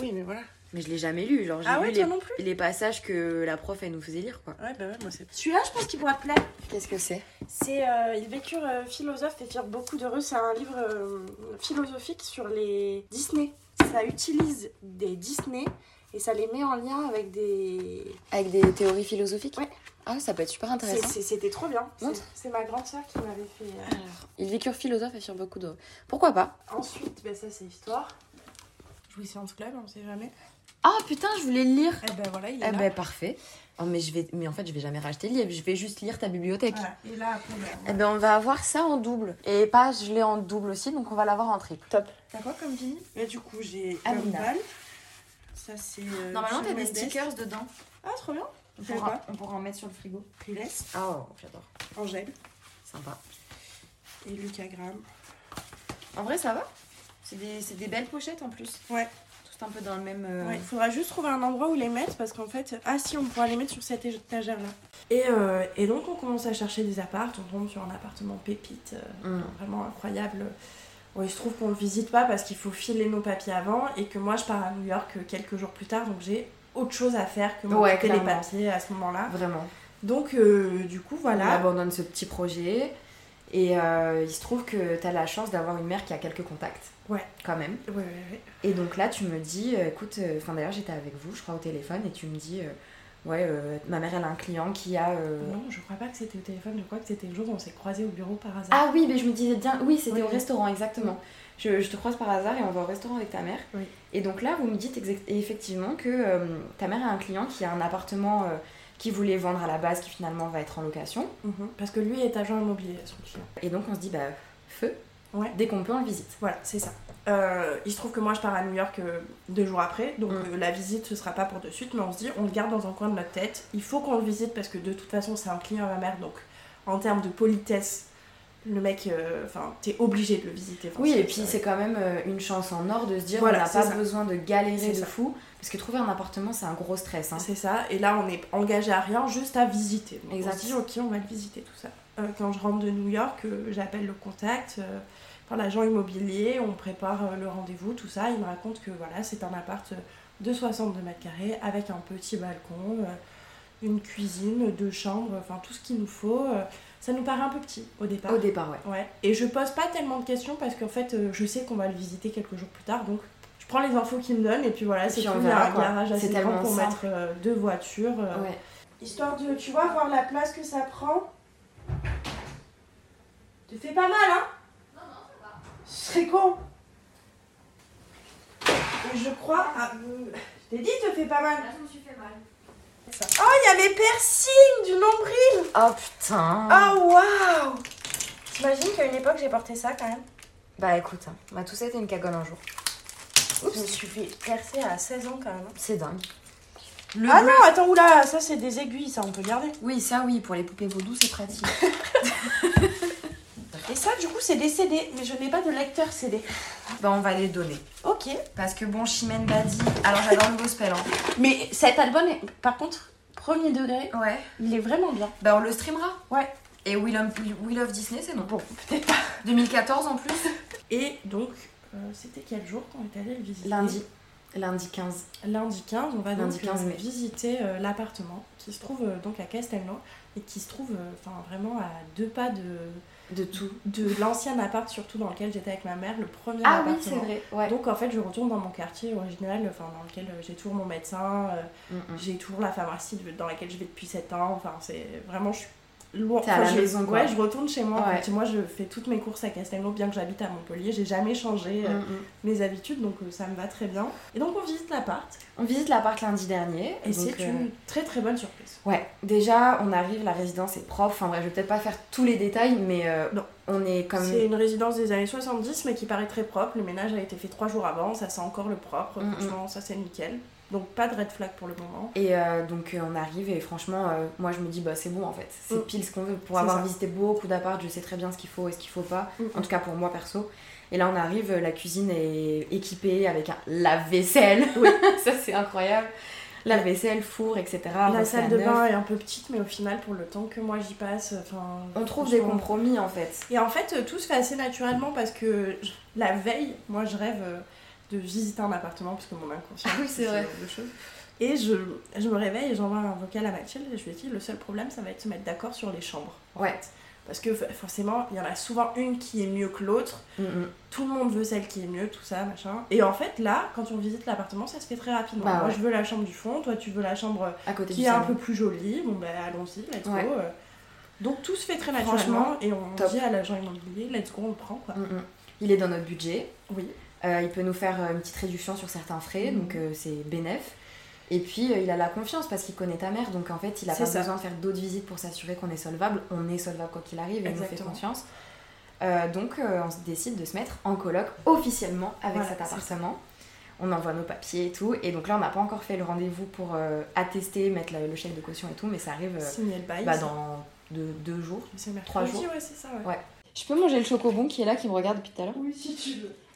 E: Oui, mais voilà.
B: Mais je l'ai jamais lu. Genre, j'ai
E: Ah
B: lu
E: ouais,
B: les,
E: toi non plus
B: les passages que la prof, elle nous faisait lire, quoi.
E: Ouais, bah ouais, moi c'est.
A: Celui-là, je pense qu'il pourra te plaire.
B: Qu'est-ce que c'est
K: C'est euh, Ils vécurent euh, philosophes et firent beaucoup d'heureux. C'est un livre euh, philosophique sur les Disney. Ça utilise des Disney et ça les met en lien avec des.
B: Avec des théories philosophiques
K: Ouais.
B: Ah, ça peut être super
K: C'est-
B: intéressant.
K: c'est- C'était trop bien. C'est-
B: Montre.
K: C'est ma grande sœur qui m'avait fait. euh.
B: Alors, ils vécurent philosophes et sur beaucoup d'eau. Pourquoi pas
K: Ensuite, ben, ça c'est histoire.
A: Jouissance Club, on sait jamais.
B: Ah putain, je voulais le lire
A: Eh ben voilà, il est
B: Eh
A: là.
B: ben parfait. Oh, mais, je vais... mais en fait, je vais jamais racheter le livre, je vais juste lire ta bibliothèque.
A: Voilà, et là, après, ben,
B: Eh ben on va avoir ça en double. Et pas, je l'ai en double aussi, donc on va l'avoir en triple.
G: T'as quoi comme fini
E: Là, du coup, j'ai
B: Ah,
E: un
B: Nina.
E: bal. Ça, c'est. euh,
G: Normalement,
E: Shawn
G: t'as des
E: Mendes.
G: stickers dedans.
E: Ah, trop bien.
G: On
E: Fais
G: pourra, on pourra en mettre sur le frigo.
E: Riles,
B: Oh, j'adore.
E: Angèle
B: Sympa.
E: et Lucas Graham.
G: En vrai, ça va C'est des, c'est des belles pochettes en plus.
E: Ouais.
G: Tout un peu dans le même. euh,
A: Ouais.
E: Il faudra juste trouver un endroit où les mettre parce qu'en fait. Ah, si, on pourra les mettre sur cette étagère-là.
A: Et, euh, et donc, on commence à chercher des apparts, on tombe sur un appartement pépite, euh,
B: Mm.
A: vraiment incroyable. Bon, il se trouve qu'on le visite pas parce qu'il faut filer nos papiers avant et que moi, je pars à New York euh, quelques jours plus tard, donc j'ai autre chose à faire que
B: Ouais,
A: m'occuper des
B: clairement.
A: papiers à ce moment-là.
B: Vraiment.
A: Donc, euh, du coup,
B: On
A: voilà.
B: abandonne ce petit projet. Et euh, il se trouve que t'as la chance d'avoir une mère qui a quelques contacts.
A: Ouais.
B: Quand même.
A: Ouais, ouais, ouais.
B: Et donc là, tu me dis, euh, écoute, euh, enfin d'ailleurs, j'étais avec vous, je crois, au téléphone, et tu me dis, euh, ouais, euh, ma mère, elle a un client qui a. euh,
A: Non, je crois pas que c'était au téléphone, je crois que c'était le jour où on s'est croisés au bureau par hasard.
B: Ah oui, mais je me disais bien, oui, c'était
A: Oui,
B: au
A: oui.
B: restaurant, exactement. Je, je te croise par hasard et on va au restaurant avec ta mère.
A: Oui.
B: Et donc là, vous me dites exact- effectivement que euh, ta mère a un client qui a un appartement euh, qu'il voulait vendre à la base, qui finalement va être en location.
A: Mhm. Parce que lui est agent immobilier, son client.
B: Et donc on se dit, bah, feu,
A: Ouais.
B: dès qu'on peut, on le visite.
A: Voilà, c'est ça. Euh, il se trouve que moi je pars à New York euh, deux jours après, donc
B: Mm.
A: euh, la visite ce sera pas pour de suite, mais on se dit on le garde dans un coin de notre tête. Il faut qu'on le visite parce que de toute façon c'est un client à ma mère, donc en termes de politesse, le mec, euh, enfin t'es obligé de le visiter. Enfin,
B: Oui,
A: c'est-
B: et puis c'est quand même euh, une chance en or de se dire,
A: Voilà,
B: on n'a
A: c'est
B: pas
A: ça.
B: besoin de galérer
A: C'est
B: de
A: ça.
B: fou, parce que trouver un appartement, c'est un gros stress. hein.
A: C'est ça, et là on est engagé à rien, juste à visiter. Donc
B: Exact.
A: on se dit ok, on va le visiter tout ça. Euh, quand je rentre de New York, euh, j'appelle le contact, euh, enfin, l'agent immobilier, on prépare euh, le rendez-vous, tout ça. Il me raconte que voilà, c'est un appart euh, de 62 mètres carrés avec un petit balcon, euh, une cuisine, deux chambres, enfin tout ce qu'il nous faut. euh. ça nous paraît un peu petit au départ.
B: Au départ, ouais.
A: Ouais, et je pose pas tellement de questions parce qu'en fait, euh, je sais qu'on va le visiter quelques jours plus tard, donc je prends les infos qu'il me donne et puis voilà,
B: Et
A: c'est
B: puis
A: tout.
B: on
A: Il y a
B: verra,
A: un
B: quoi.
A: garage
B: C'est
A: assez grand
B: tellement
A: pour
B: simple.
A: mettre euh, deux voitures. euh.
B: Ouais.
K: Histoire de, tu vois, voir la place que ça prend. Te fais pas mal, hein Non, non, ça va. Je serais con. Et je crois. à- Je t'ai dit, te fais pas mal. Là, je me suis fait mal. Oh, il y a mes piercings du nombril
B: Oh putain
K: Oh, waouh T'imagines qu'à une époque, j'ai porté ça quand même
B: Bah écoute, hein, on a tous été une cagole un jour.
K: Je me suis fait percer à 16 ans quand même.
B: C'est dingue.
K: ah non, attends, oula, ça c'est des aiguilles, ça on peut garder.
B: Oui, ça oui, pour les poupées vaudou, c'est pratique.
K: Et ça, du coup, c'est des CD, mais je n'ai pas de lecteur CD.
B: bah on va les donner.
K: Ok.
B: Parce que bon, Chimène Badi, alors j'adore le gospel. Hein.
K: Mais cet album, est- par contre, premier degré,
B: Ouais.
K: il est vraiment bien.
B: Bah on le streamera.
K: Ouais.
B: Et We Love, We Love Disney, c'est non Bon,
K: peut-être pas.
B: 2014 en plus
A: Et donc, euh, c'était quel jour qu'on est allé le visiter
B: Lundi 15.
A: Lundi 15, on va donc
B: Lundi 15
A: euh,
B: mai.
A: visiter euh, l'appartement qui se trouve euh, donc à Castelnau et qui se trouve euh, enfin vraiment à deux pas de
B: de tout
A: de l'ancien appart surtout dans lequel j'étais avec ma mère le premier
B: Ah oui,
A: appartement.
B: c'est vrai, ouais.
A: Donc en fait, je retourne dans mon quartier original enfin dans lequel euh, j'ai toujours mon médecin, euh,
B: Mm-mm.
A: j'ai toujours la pharmacie de- dans laquelle je vais depuis 7 ans, enfin c'est vraiment je suis loin
B: T'es à la
A: je,
B: maison, quoi.
A: ouais, je retourne chez moi.
B: Ouais.
A: Enfin, tu- moi je fais toutes mes courses à Castelnau bien que j'habite à Montpellier, j'ai jamais changé euh,
B: Mm-mm.
A: mes habitudes donc euh, ça me va très bien. Et donc on visite l'appart
B: On visite l'appart lundi dernier.
A: et
B: donc,
A: c'est
B: euh,
A: une très très bonne surprise.
B: Ouais, déjà on arrive, la résidence est propre. Enfin bref, je vais peut-être pas faire tous les détails, mais euh,
A: Non.
B: on est comme.
A: C'est une résidence des années 70 mais qui paraît très propre. Le ménage a été fait trois jours avant, ça sent encore le propre.
B: Mm,
A: Franchement, ça c'est nickel. Donc pas de red flag pour le moment.
B: Et euh, donc euh, on arrive et franchement, euh, moi je me dis bah c'est bon en fait, c'est
A: Mm.
B: pile ce qu'on veut. Pour
A: C'est
B: avoir
A: ça.
B: visité beaucoup d'apparts, je sais très bien ce qu'il faut et ce qu'il faut pas.
A: Mm.
B: En tout cas pour moi perso. Et là on arrive, euh, la cuisine est équipée avec un lave-vaisselle. ça c'est incroyable. Lave-vaisselle, four, etc.
A: La
B: refait à
A: salle de
B: neuf.
A: bain est un peu petite mais au final pour le temps que moi j'y passe, enfin.
B: On trouve des
A: franchement,
B: compromis en fait.
A: Et en fait, euh, tout se fait assez naturellement parce que je- la veille, moi, je rêve euh, de visiter un appartement parce que mon inconscient.
B: Ah oui, c'est
A: fait ce
B: vrai.
A: genre de choses. Et je, je me réveille et j'envoie un vocal à Mathilde et je lui dis le seul problème, ça va être de se mettre d'accord sur les chambres. en
B: Ouais.
A: fait. Parce que f- forcément, il y en a souvent une qui est mieux que l'autre.
B: Mm, mm.
A: Tout le monde veut celle qui est mieux, tout ça, machin. Et en fait, là, quand on visite l'appartement, ça se fait très rapidement.
B: Bah
A: Moi,
B: ouais.
A: je veux la chambre du fond, toi, tu veux la chambre
B: À côté
A: qui
B: du
A: est un
B: salon.
A: peu plus jolie. Bon, ben allons-y, let's
B: Ouais.
A: go. euh. Donc tout se fait très
B: Franchement,
A: naturellement et on
B: top.
A: dit à l'agent immobilier, let's go, on le prend quoi.
B: Mm, mm. Il est dans notre budget.
A: Oui.
B: Euh, il peut nous faire euh, une petite réduction sur certains frais,
A: Mhm.
B: donc euh, c'est bénéf. Et puis euh, il a la confiance parce qu'il connaît ta mère, donc en fait il a
A: C'est
B: pas
A: ça.
B: besoin de faire d'autres visites pour s'assurer qu'on est solvable. On est solvable quoi qu'il arrive et il nous fait
A: Exactement.
B: confiance. Euh, donc euh, on se décide de se mettre en coloc officiellement avec
A: Voilà,
B: cet
A: c'est ça.
B: appartement. On envoie nos papiers et tout. Et donc là on n'a pas encore fait le rendez-vous pour euh, attester, mettre la- le chèque de caution et tout, mais ça arrive euh,
A: Signer le bail.
B: bah,
A: c'est-
B: dans deux, deux jours.
A: c'est mercredi,
B: trois jours.
A: ouais, c'est ça. Ouais.
B: Ouais. Je peux manger le chocobon qui est là, qui me regarde depuis tout à l'heure
A: Oui, si tu veux.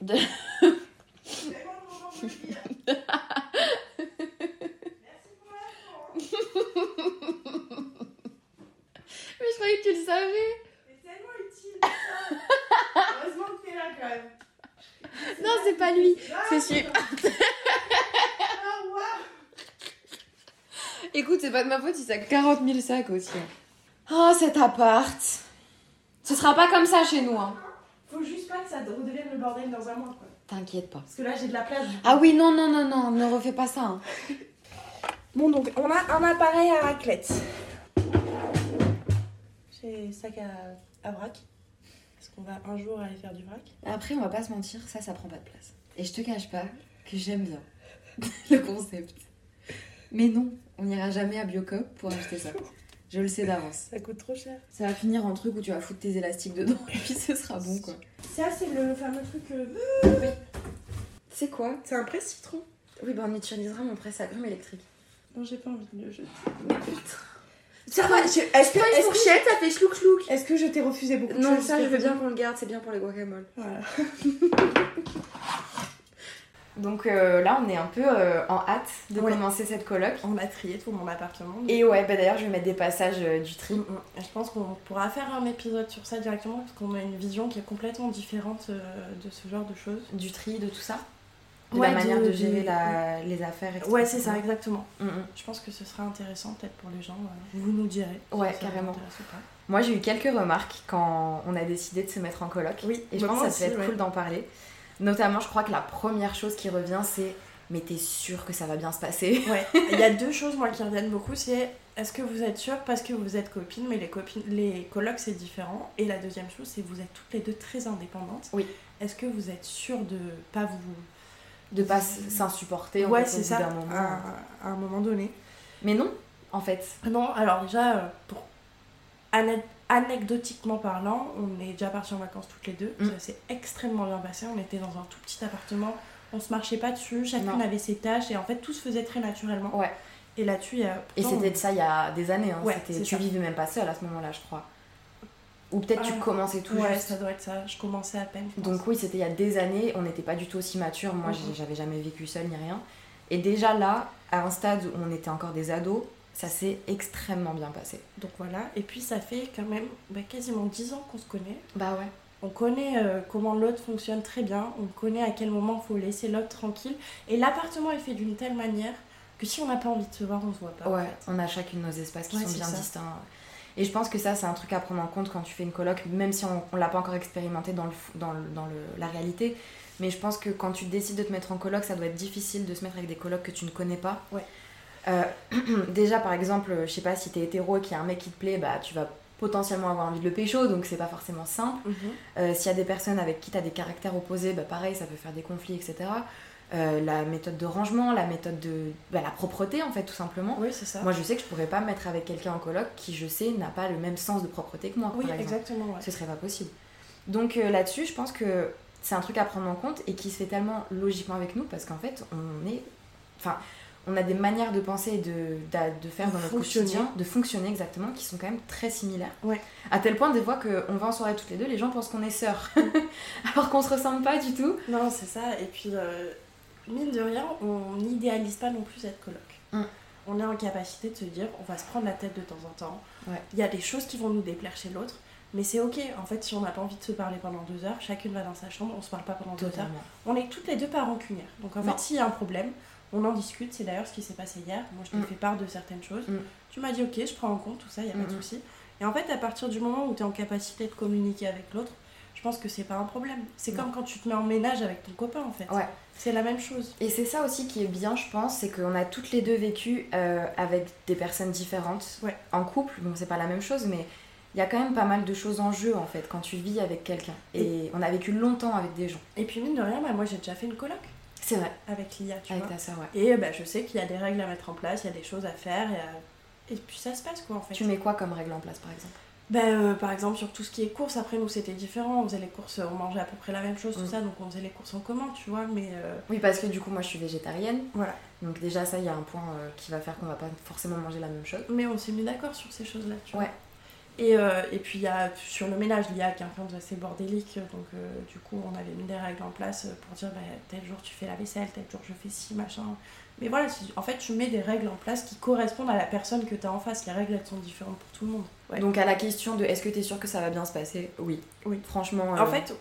B: De- Mais je croyais que tu le savais.
A: Heureusement que t'es là quand même.
B: Non, c'est pas lui. C'est sûr.
A: Ah,
B: Écoute, c'est pas de ma faute si ça a 40 000 sacs aussi. Oh, cet appart. Ce sera pas comme ça chez nous, hein.
A: Faut juste pas que ça redevienne le bordel dans un mois quoi.
B: T'inquiète pas.
A: Parce que là, j'ai de la place.
B: Ah oui, non, non, non, non, ne refais pas ça. hein.
A: Bon, donc on a un appareil à raclette. J'ai sac à, à vrac. Est-ce qu'on va un jour aller faire du vrac
B: Après, on va pas se mentir, ça, ça prend pas de place. Et je te cache pas que j'aime bien le concept. Mais non, on n'ira jamais à Biocop pour acheter ça. Je le sais d'avance.
A: Ça coûte trop cher.
B: Ça va finir en truc où tu vas foutre tes élastiques dedans et puis ce sera bon quoi.
A: Ça, c'est le fameux truc. euh,
B: C'est quoi
A: C'est un presse citron.
B: Oui, bah on utilisera mon presse à grumes électrique.
A: Non, j'ai pas envie de le jeter.
B: Ça va,
A: Est-ce que, est-ce que-
B: ça fait chlouk chlouk.
A: est-ce que je t'ai refusé beaucoup de
B: Non,
A: choses
B: ça, je veux bien qu'on le garde, c'est bien pour les guacamoles.
A: Voilà.
B: Donc euh, là, on est un peu euh, en hâte de
A: Ouais.
B: commencer cette coloc.
A: On a trié tout mon appartement. donc-
B: Et ouais, bah d'ailleurs, je vais mettre des passages euh, du tri.
A: Mm, mm. Je pense qu'on pourra faire un épisode sur ça directement parce qu'on a une vision qui est complètement différente euh, de ce genre de choses.
B: du tri, de tout ça De
A: Ouais,
B: la manière de,
A: de-
B: gérer
A: de-
B: la- les affaires, etc.
A: Ouais, c'est ça, exactement.
B: Mm, mm.
A: Je pense que ce sera intéressant peut-être pour les gens. euh, Vous nous direz.
B: Ouais,
A: si ça vous
B: carrément.
A: intéresse ou pas.
B: Moi, j'ai eu quelques remarques quand on a décidé de se mettre en coloc.
A: Oui,
B: Et je pense
A: moi
B: que ça
A: aussi,
B: devait être
A: ouais.
B: cool d'en parler. Notamment, je crois que la première chose qui revient, c'est Mais t'es sûr que ça va bien se passer
A: Ouais. Il y a deux choses moi qui reviennent beaucoup, c'est est-ce que vous êtes sûr parce que vous êtes copines, mais les copines, les colocs c'est différent. Et la deuxième chose, c'est vous êtes toutes les deux très indépendantes.
B: Oui.
A: Est-ce que vous êtes sûr de pas vous.
B: De pas s- s'insupporter en
A: ouais,
B: fait, au
A: c'est ça.
B: bout
A: Ah.
B: d'un moment.
A: À, à un moment donné.
B: Mais non, en fait.
A: Non, alors déjà euh, pour ane- anecdotiquement parlant, on est déjà partis en vacances toutes les deux.
B: Mm.
A: Ça s'est extrêmement bien passé. On était dans un tout petit appartement. on se marchait pas dessus, chacune
G: Non.
A: avait ses tâches et en fait tout se faisait très naturellement.
B: Ouais.
A: Et là-dessus, il y a.
B: Et
A: pourtant,
B: c'était de ça il y a des années. Hein.
A: Ouais,
B: C'était-
A: c'est
B: tu
A: ça.
B: vivais même pas seule à ce moment-là, je crois. Ou peut-être tu
A: Ah.
B: commençais tout
A: Ouais,
B: juste.
A: ça doit être ça. Je commençais à peine. je pense.
B: Donc oui, c'était il y a des années, on n'était pas du tout aussi mature. Moi, j'ai-
A: Mhm.
B: j'avais jamais vécu seule ni rien. Et déjà là, à un stade où on était encore des ados, ça s'est extrêmement bien passé.
A: Donc voilà, et puis ça fait quand même bah, quasiment 10 ans qu'on se connaît.
B: Bah ouais.
A: On connaît euh, comment l'autre fonctionne très bien, on connaît à quel moment faut laisser l'autre tranquille. Et l'appartement est fait d'une telle manière que si on n'a pas envie de se voir, on se voit pas.
B: Ouais, on a chacune nos espaces qui
A: Ouais,
B: sont
A: c'est
B: bien
A: ça.
B: distincts. Et je pense que ça, c'est un truc à prendre en compte quand tu fais une coloc, même si on, on l'a pas encore expérimenté dans, le, f- dans, le- dans le- la réalité. Mais je pense que quand tu décides de te mettre en coloc, ça doit être difficile de se mettre avec des colocs que tu ne connais pas.
A: Ouais.
B: Euh, déjà, par exemple, je sais pas si t'es hétéro et qu'il y a un mec qui te plaît, bah tu vas potentiellement avoir envie de le pécho, donc c'est pas forcément simple.
A: Mhm.
B: Euh, S'il y a des personnes avec qui tu as des caractères opposés, bah pareil, ça peut faire des conflits, etc. Euh, la méthode de rangement, la méthode de. bah, la propreté, en fait, tout simplement.
A: Oui, c'est ça.
B: Moi, je sais que je pourrais pas me mettre avec quelqu'un en coloc qui, je sais, n'a pas le même sens de propreté que moi.
A: Oui,
B: par exemple.
A: exactement. ouais.
B: Ce serait pas possible. Donc euh, là-dessus, je pense que c'est un truc à prendre en compte et qui se fait tellement logiquement avec nous parce qu'en fait, on est. Enfin, on a des manières de penser et de, d'a- de faire
A: De
B: dans notre
A: fonctionner.
B: quotidien, de fonctionner exactement, qui sont quand même très similaires.
A: Ouais.
B: À tel point, des fois, qu'on va en soirée toutes les deux, les gens pensent qu'on est sœurs. Alors qu'on se ressemble pas du tout.
A: Non, c'est ça. Et puis, euh, mine de rien, on n'idéalise pas non plus cette coloc.
B: Mm.
A: On est en capacité de se dire, on va se prendre la tête de temps en temps.
B: Ouais.
A: Il y a des choses qui vont nous déplaire chez l'autre. Mais c'est ok, en fait, si on n'a pas envie de se parler pendant deux heures, chacune va dans sa chambre, on se parle pas pendant deux heures.
B: Totalement.
A: On est toutes les deux pas rancunières. Donc en
B: Non.
A: fait, s'il y a un problème, on en discute. C'est d'ailleurs ce qui s'est passé hier. Moi, je t'ai
B: Mm.
A: fait part de certaines choses.
B: Mm.
A: Tu m'as dit, ok, je prends en compte tout ça, il n'y a pas de
B: Mm, mm.
A: souci. Et en fait, à partir du moment où tu es en capacité de communiquer avec l'autre, je pense que c'est pas un problème. C'est
B: Non.
A: comme quand tu te mets en ménage avec ton copain, en fait.
B: Ouais.
A: C'est la même chose.
B: Et c'est ça aussi qui est bien, je pense, c'est qu'on a toutes les deux vécu euh, avec des personnes différentes
A: Ouais.
B: en couple. Bon, c'est pas la même chose, mais il y a quand même pas mal de choses en jeu en fait quand tu vis avec quelqu'un. Et on a vécu longtemps avec des gens.
A: Et puis, mine de rien, bah, moi, j'ai déjà fait une coloc
B: C'est vrai,
A: avec l'IA, tu
B: avec
A: vois.
B: ta soeur, ouais.
A: Et bah, je sais qu'il y a des règles à mettre en place, il y a des choses à faire. il y a- Et puis, ça se passe, quoi, en fait.
B: Tu mets quoi comme règle en place par exemple
A: Ben, euh, par exemple, sur tout ce qui est courses, après nous c'était différent, on faisait les courses, euh, on mangeait à peu près la même chose,
B: Mm.
A: tout ça, donc on faisait les courses en commun, tu vois, mais euh,
B: Oui, parce que du coup, moi je suis végétarienne.
A: Voilà.
B: Donc déjà, ça, il y a un point euh, qui va faire qu'on va pas forcément manger la même chose.
A: mais on s'est mis d'accord sur ces choses-là, tu vois.
B: Ouais.
A: Et, euh, et puis il y a sur le ménage, il y a quelqu'un de assez bordélique, donc euh, du coup on avait mis des règles en place euh, pour dire ben, tel jour tu fais la vaisselle, tel jour je fais ci, machin. Mais voilà, tu- en fait tu mets des règles en place qui correspondent à la personne que tu as en face, les règles elles sont différentes pour tout le monde. Ouais.
B: Donc à la question de est-ce que t'es sûr que ça va bien se passer Oui.
A: Oui.
B: Franchement.
A: En
B: euh,
A: fait,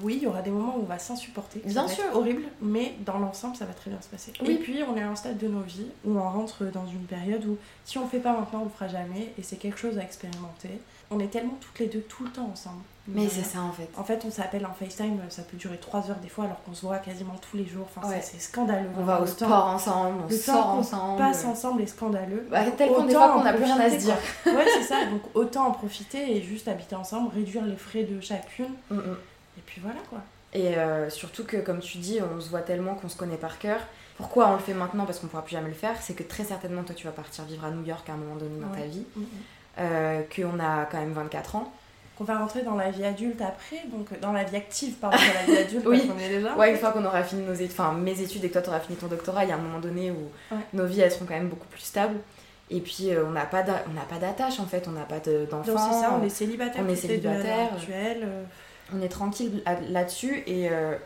A: oui, il y aura des moments où on va s'insupporter. ça
B: Bien
A: va
B: sûr.
A: être horrible, mais dans l'ensemble, ça va très bien se passer.
B: Oui.
A: Et puis, on est à un stade de nos vies où on rentre dans une période où si on le fait pas maintenant, on le fera jamais, et c'est quelque chose à expérimenter. On est tellement toutes les deux tout le temps ensemble. Euh,
B: Mais c'est ça en fait.
A: En fait, on s'appelle en FaceTime, ça peut durer 3 heures des fois, alors qu'on se voit quasiment tous les jours. Enfin,
B: Ouais.
A: c'est- c'est scandaleux.
B: On va au
A: Le temps
B: sport ensemble, on
A: le temps
B: sort
A: qu'on
B: ensemble.
A: passe ensemble est scandaleux.
B: Bah, tel qu'on des
A: Autant
B: fois qu'on
A: en
B: n'a plus rien à se
A: profiter,
B: dire.
A: quoi. Ouais, c'est ça. Donc autant en profiter et juste habiter ensemble, réduire les frais de chacune.
B: Mm, mm.
A: Et puis voilà quoi.
B: Et euh, surtout que, comme tu dis, on se voit tellement qu'on se connaît par cœur. Pourquoi on le fait maintenant Parce qu'on pourra plus jamais le faire. C'est que très certainement, toi, tu vas partir vivre à New York à un moment donné dans
A: Ouais.
B: ta vie.
A: Mhm.
B: Euh, qu'on a quand même 24 ans.
A: qu'on va rentrer dans la vie adulte après, donc euh, dans la vie active, pardon, dans la vie adulte,
B: Oui.
A: parce qu'on est déjà.
B: Ouais, une fois qu'on aura fini nos études, enfin mes études et que toi, tu auras fini ton doctorat, il y a un moment donné où
A: Ouais.
B: nos vies, elles seront quand même beaucoup plus stables. Et puis, euh, on n'a pas d'a- on n'a pas d'attache, en fait. On n'a pas de-
A: Donc c'est ça,
B: d'enfants.
A: on est célibataire,
B: on est
A: toutes les deux à l'heure
B: célibataire.
A: actuelle, euh,
B: on est tranquille à- là-dessus et euh,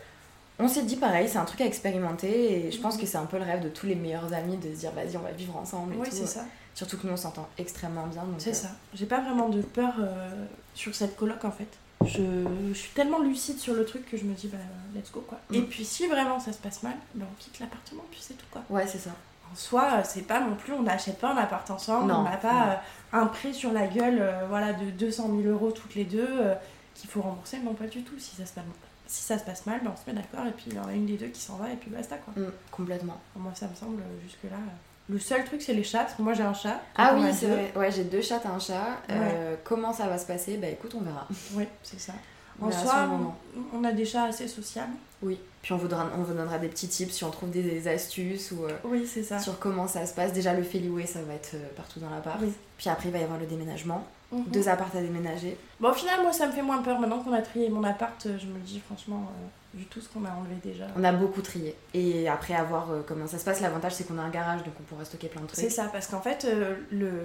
B: on s'est dit pareil, c'est un truc à expérimenter et je
A: Mhm.
B: pense que c'est un peu le rêve de tous les meilleurs amis de se dire vas-y on va vivre ensemble et
A: Oui,
B: tout.
A: c'est ça.
B: Surtout que nous on s'entend extrêmement bien. donc,
A: C'est
B: euh,
A: ça. J'ai pas vraiment de peur euh, sur cette coloc en fait. Je, je suis tellement lucide sur le truc que je me dis bah let's go quoi.
B: Mm.
A: Et puis si vraiment ça se passe mal, bah, on quitte l'appartement puis c'est tout quoi.
B: Ouais c'est ça.
A: En soi, euh, c'est pas non plus, on n'achète pas un appart ensemble,
B: Non,
A: on n'a
B: non.
A: pas euh, un prêt sur la gueule euh, voilà, de 200 000 euros toutes les deux euh, qu'il faut rembourser. Non, pas du tout. Si ça se passe, si ça se passe mal, ben, on se met d'accord et puis il y en a une des deux qui s'en va et puis basta quoi.
B: Mm, complètement.
A: Moi, ça me semble euh, jusque-là. euh. Le seul truc, c'est les chats. parce que Moi, j'ai un chat.
B: Ah
A: donc on
B: oui
A: a
B: c'est
A: deux.
B: vrai. Ouais j'ai deux chats, un chat. Euh, comment ça va se passer Bah écoute on verra.
A: Oui, c'est ça.
B: On
A: En
B: verra sur
A: soi,
B: le moment.
A: on, on a des chats assez sociables.
B: Oui. Puis on vous donnera, on vous donnera des petits tips si on trouve des, des astuces ou euh,
A: Oui, c'est ça.
B: sur comment ça se passe. Déjà le Feliway ça va être euh, partout dans l'appart.
A: Oui.
B: Puis après il va y avoir le déménagement.
A: Mhm.
B: Deux apparts à déménager.
A: Bon, au final, moi, ça me fait moins peur. Maintenant qu'on a trié mon appart, euh, je me dis, franchement, euh, du tout ce qu'on a enlevé déjà.
B: On a beaucoup trié. Et après avoir euh, comment ça se passe, l'avantage c'est qu'on a un garage donc on pourra stocker plein de trucs.
A: C'est ça, parce qu'en fait, euh, le-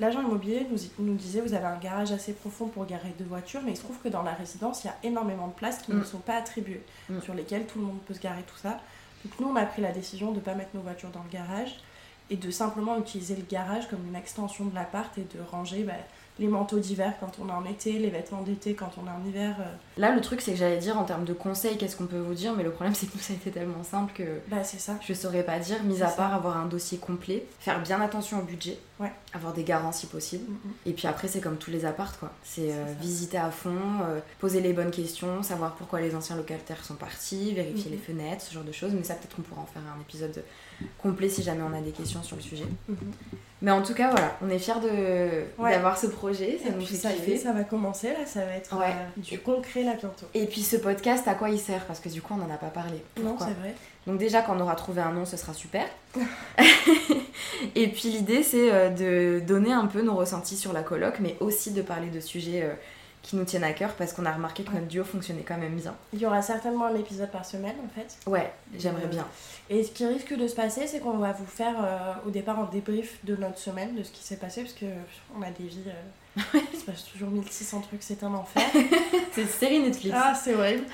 A: l'agent immobilier nous, nous disait vous avez un garage assez profond pour garer deux voitures, mais il se trouve que dans la résidence, il y a énormément de places qui
B: Mm.
A: ne sont pas attribuées,
B: Mm.
A: sur lesquelles tout le monde peut se garer, tout ça. Donc nous, on a pris la décision de ne pas mettre nos voitures dans le garage et de simplement utiliser le garage comme une extension de l'appart et de ranger bah, les manteaux d'hiver quand on est en été, les vêtements d'été quand on est en hiver. euh.
B: Là, le truc c'est que j'allais dire en termes de conseils, qu'est-ce qu'on peut vous dire, mais le problème c'est que nous ça a été tellement simple que
A: Bah, c'est ça.
B: je saurais pas dire, mis à
A: C'est ça.
B: part avoir un dossier complet, faire bien attention au budget,
A: Ouais.
B: avoir des garants si possible.
A: Mhm.
B: Et puis après, c'est comme tous les apparts, quoi. C'est euh,
A: ça.
B: visiter à fond, euh, poser les bonnes questions, savoir pourquoi les anciens locataires sont partis, vérifier
A: Mhm.
B: les fenêtres, ce genre de choses. Mais ça, peut-être qu'on pourra en faire un épisode complet si jamais on a des questions sur le sujet.
A: Mhm.
B: Mais en tout cas, voilà, on est fiers de-
A: Ouais.
B: d'avoir ce projet, ça
A: Et
B: nous
A: puis
B: fait
A: ça, y est,
B: kiffer.
A: ça va commencer là, ça va être
B: Ouais.
A: euh, du concret là bientôt.
B: Et puis ce podcast, à quoi il sert Parce que du coup, on n'en a pas parlé.
A: Non,
B: Pourquoi
A: c'est vrai.
B: Donc déjà, quand on aura trouvé un nom, ce sera super. et puis l'idée, c'est euh, de donner un peu nos ressentis sur la coloc, mais aussi de parler de sujets euh, qui nous tiennent à cœur, parce qu'on a remarqué que notre duo fonctionnait quand même bien.
A: Il y aura certainement un épisode par semaine en fait.
B: Ouais, j'aimerais
A: Euh,
B: bien.
A: Et ce qui risque de se passer, c'est qu'on va vous faire euh, au départ un débrief de notre semaine, de ce qui s'est passé, parce que pff, on a des vies. euh, il se passe toujours 1600 trucs, c'est un enfer.
B: C'est une série Netflix.
A: ah, c'est horrible.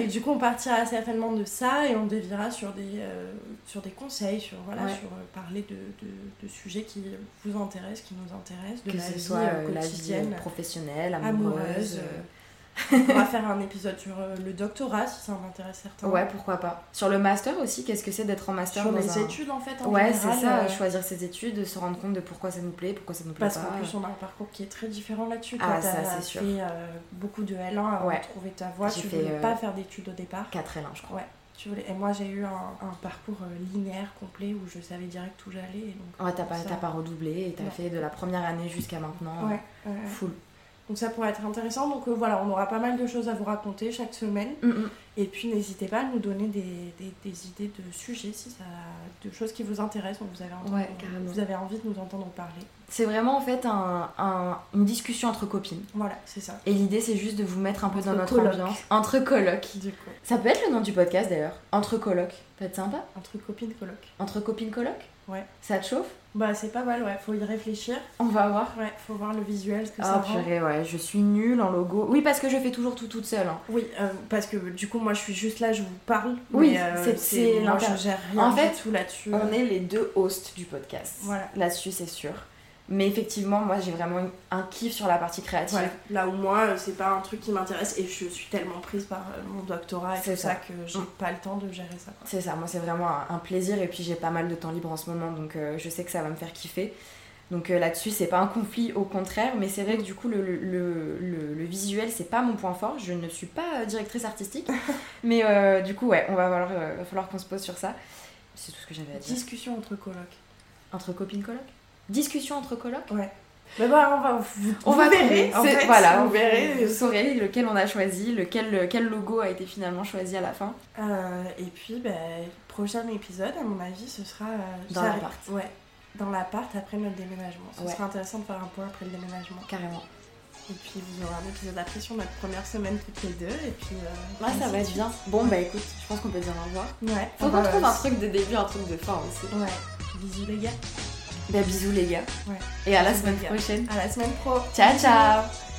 A: et du coup, on partira certainement de ça et on déviera sur des, euh, sur des conseils, sur, voilà,
B: Ouais.
A: sur euh, parler de, de- de sujets qui vous intéressent, qui nous intéressent, de
B: que
A: la
B: ce
A: vie
B: soit
A: euh,
B: euh, la vie
A: quotidienne.
B: euh, professionnelle,
A: amoureuse,
B: amoureuse.
A: euh,
B: euh,
A: on va faire un épisode sur euh, le doctorat si ça en intéresse certains.
B: Ouais, pourquoi pas. Sur le master aussi, qu'est-ce que c'est d'être en master
A: euh, sur
B: dans
A: les
B: un-
A: études en fait. En
B: Ouais, c'est
A: général,
B: ça,
A: euh,
B: choisir ses études, se rendre compte de pourquoi ça nous plaît, pourquoi ça nous plaît
A: Parce
B: pas.
A: qu'en plus, on a un parcours qui est très différent là-dessus.
B: Ah,
A: Quand
B: ça,
A: t'as
B: c'est
A: fait
B: sûr.
A: euh, beaucoup de L1 avant
B: Ouais.
A: de trouver ta voie,
B: J'ai
A: tu
B: fait,
A: voulais
B: euh,
A: pas faire d'études au départ.
B: 4 L1, je crois.
A: Ouais. Tu voulais... Et moi, j'ai eu un, un parcours euh, linéaire complet où je savais direct où j'allais. et donc, euh,
B: Ouais, t'as pas,
A: ça-
B: t'as pas redoublé et t'as
A: Ouais.
B: fait de la première année jusqu'à maintenant.
A: Ouais, ouais,
B: euh,
A: ouais.
B: Full.
A: Donc ça pourrait être intéressant. Donc euh, voilà, on aura pas mal de choses à vous raconter chaque semaine. Et puis n'hésitez pas à nous donner des, des- des idées de sujets, si ça, de choses qui vous intéressent, dont vous avez, entendu-
B: Ouais, carrément.
A: vous avez envie de nous entendre parler.
B: C'est vraiment en fait un- un- une discussion entre copines.
A: Voilà, c'est ça.
B: Et l'idée c'est juste de vous mettre un peu dans
A: Entre
B: notre
A: colocs.
B: ambiance. Entre colocs.
A: Du coup,
B: Ça peut être le nom du podcast d'ailleurs. Entre colocs. Peut être sympa.
A: un truc copine coloc.
B: Entre copines colocs.
A: Ouais.
B: Ça te chauffe
A: Bah c'est pas mal, ouais, faut y réfléchir.
B: On va voir.
A: Ouais, faut voir le visuel, ce que ça
B: Ah
A: rend.
B: purée, ouais, je suis nulle en logo. Oui, parce que je fais toujours tout toute seule. hein.
A: Oui, euh, parce que du coup, moi, je suis juste là, je vous parle.
B: Oui,
A: mais, euh,
B: c'est- c'est
A: moi,
B: l'inter-
A: je gère rien
B: En
A: en
B: fait,
A: du tout là-dessus.
B: On est les deux hosts du podcast.
A: Voilà.
B: Là-dessus, c'est sûr. Mais effectivement, moi j'ai vraiment une- un kiff sur la partie créative.
A: Voilà. Là où moi, euh, c'est pas un truc qui m'intéresse et je suis tellement prise par euh, mon doctorat et
B: C'est
A: tout
B: ça.
A: ça, que j'ai
B: Mm.
A: pas le temps de gérer ça. quoi.
B: C'est ça, moi c'est vraiment un- un plaisir et puis j'ai pas mal de temps libre en ce moment donc euh, je sais que ça va me faire kiffer. Donc euh, là-dessus c'est pas un conflit, au contraire, mais c'est vrai que du coup le, le, le- le- le visuel c'est pas mon point fort, je ne suis pas euh, directrice artistique, mais euh, du coup ouais, on va falloir, euh, va falloir qu'on se pose sur ça. C'est tout ce que j'avais à dire.
A: Discussion entre colocs.
B: Entre copines coloc Discussion entre coloc
A: Ouais. Mais bah, on va. Vous,
B: on
A: vous
B: va
A: verrez,
B: trouver,
A: en
B: c'est-
A: fait,
B: voilà,
A: vous verrez.
B: vous saurez lequel on a choisi, lequel quel logo a été finalement choisi à la fin.
A: Euh, et puis, bah, prochain épisode, à mon avis, ce sera. euh,
B: Dans
A: j'arrive-
B: l'appart.
A: Ouais. Dans l'appart après notre déménagement. Ce
B: Ouais.
A: sera intéressant de faire un point après le déménagement.
B: Carrément.
A: Et puis vous aurez un épisode après sur notre première semaine toutes les deux. Et puis. euh,
B: Ouais, Ah, ça va être bien. Bon bah écoute, je pense qu'on peut dire au revoir.
A: Ouais. Ah bah,
B: Faut qu'on trouve un truc de début, un truc de fin aussi.
A: Ouais. Bisous les gars.
B: Bah bisous les gars.
A: Ouais.
B: Et à la
A: Bisous,
B: semaine
A: les gars.
B: prochaine.
A: À la semaine pro.
B: Ciao ciao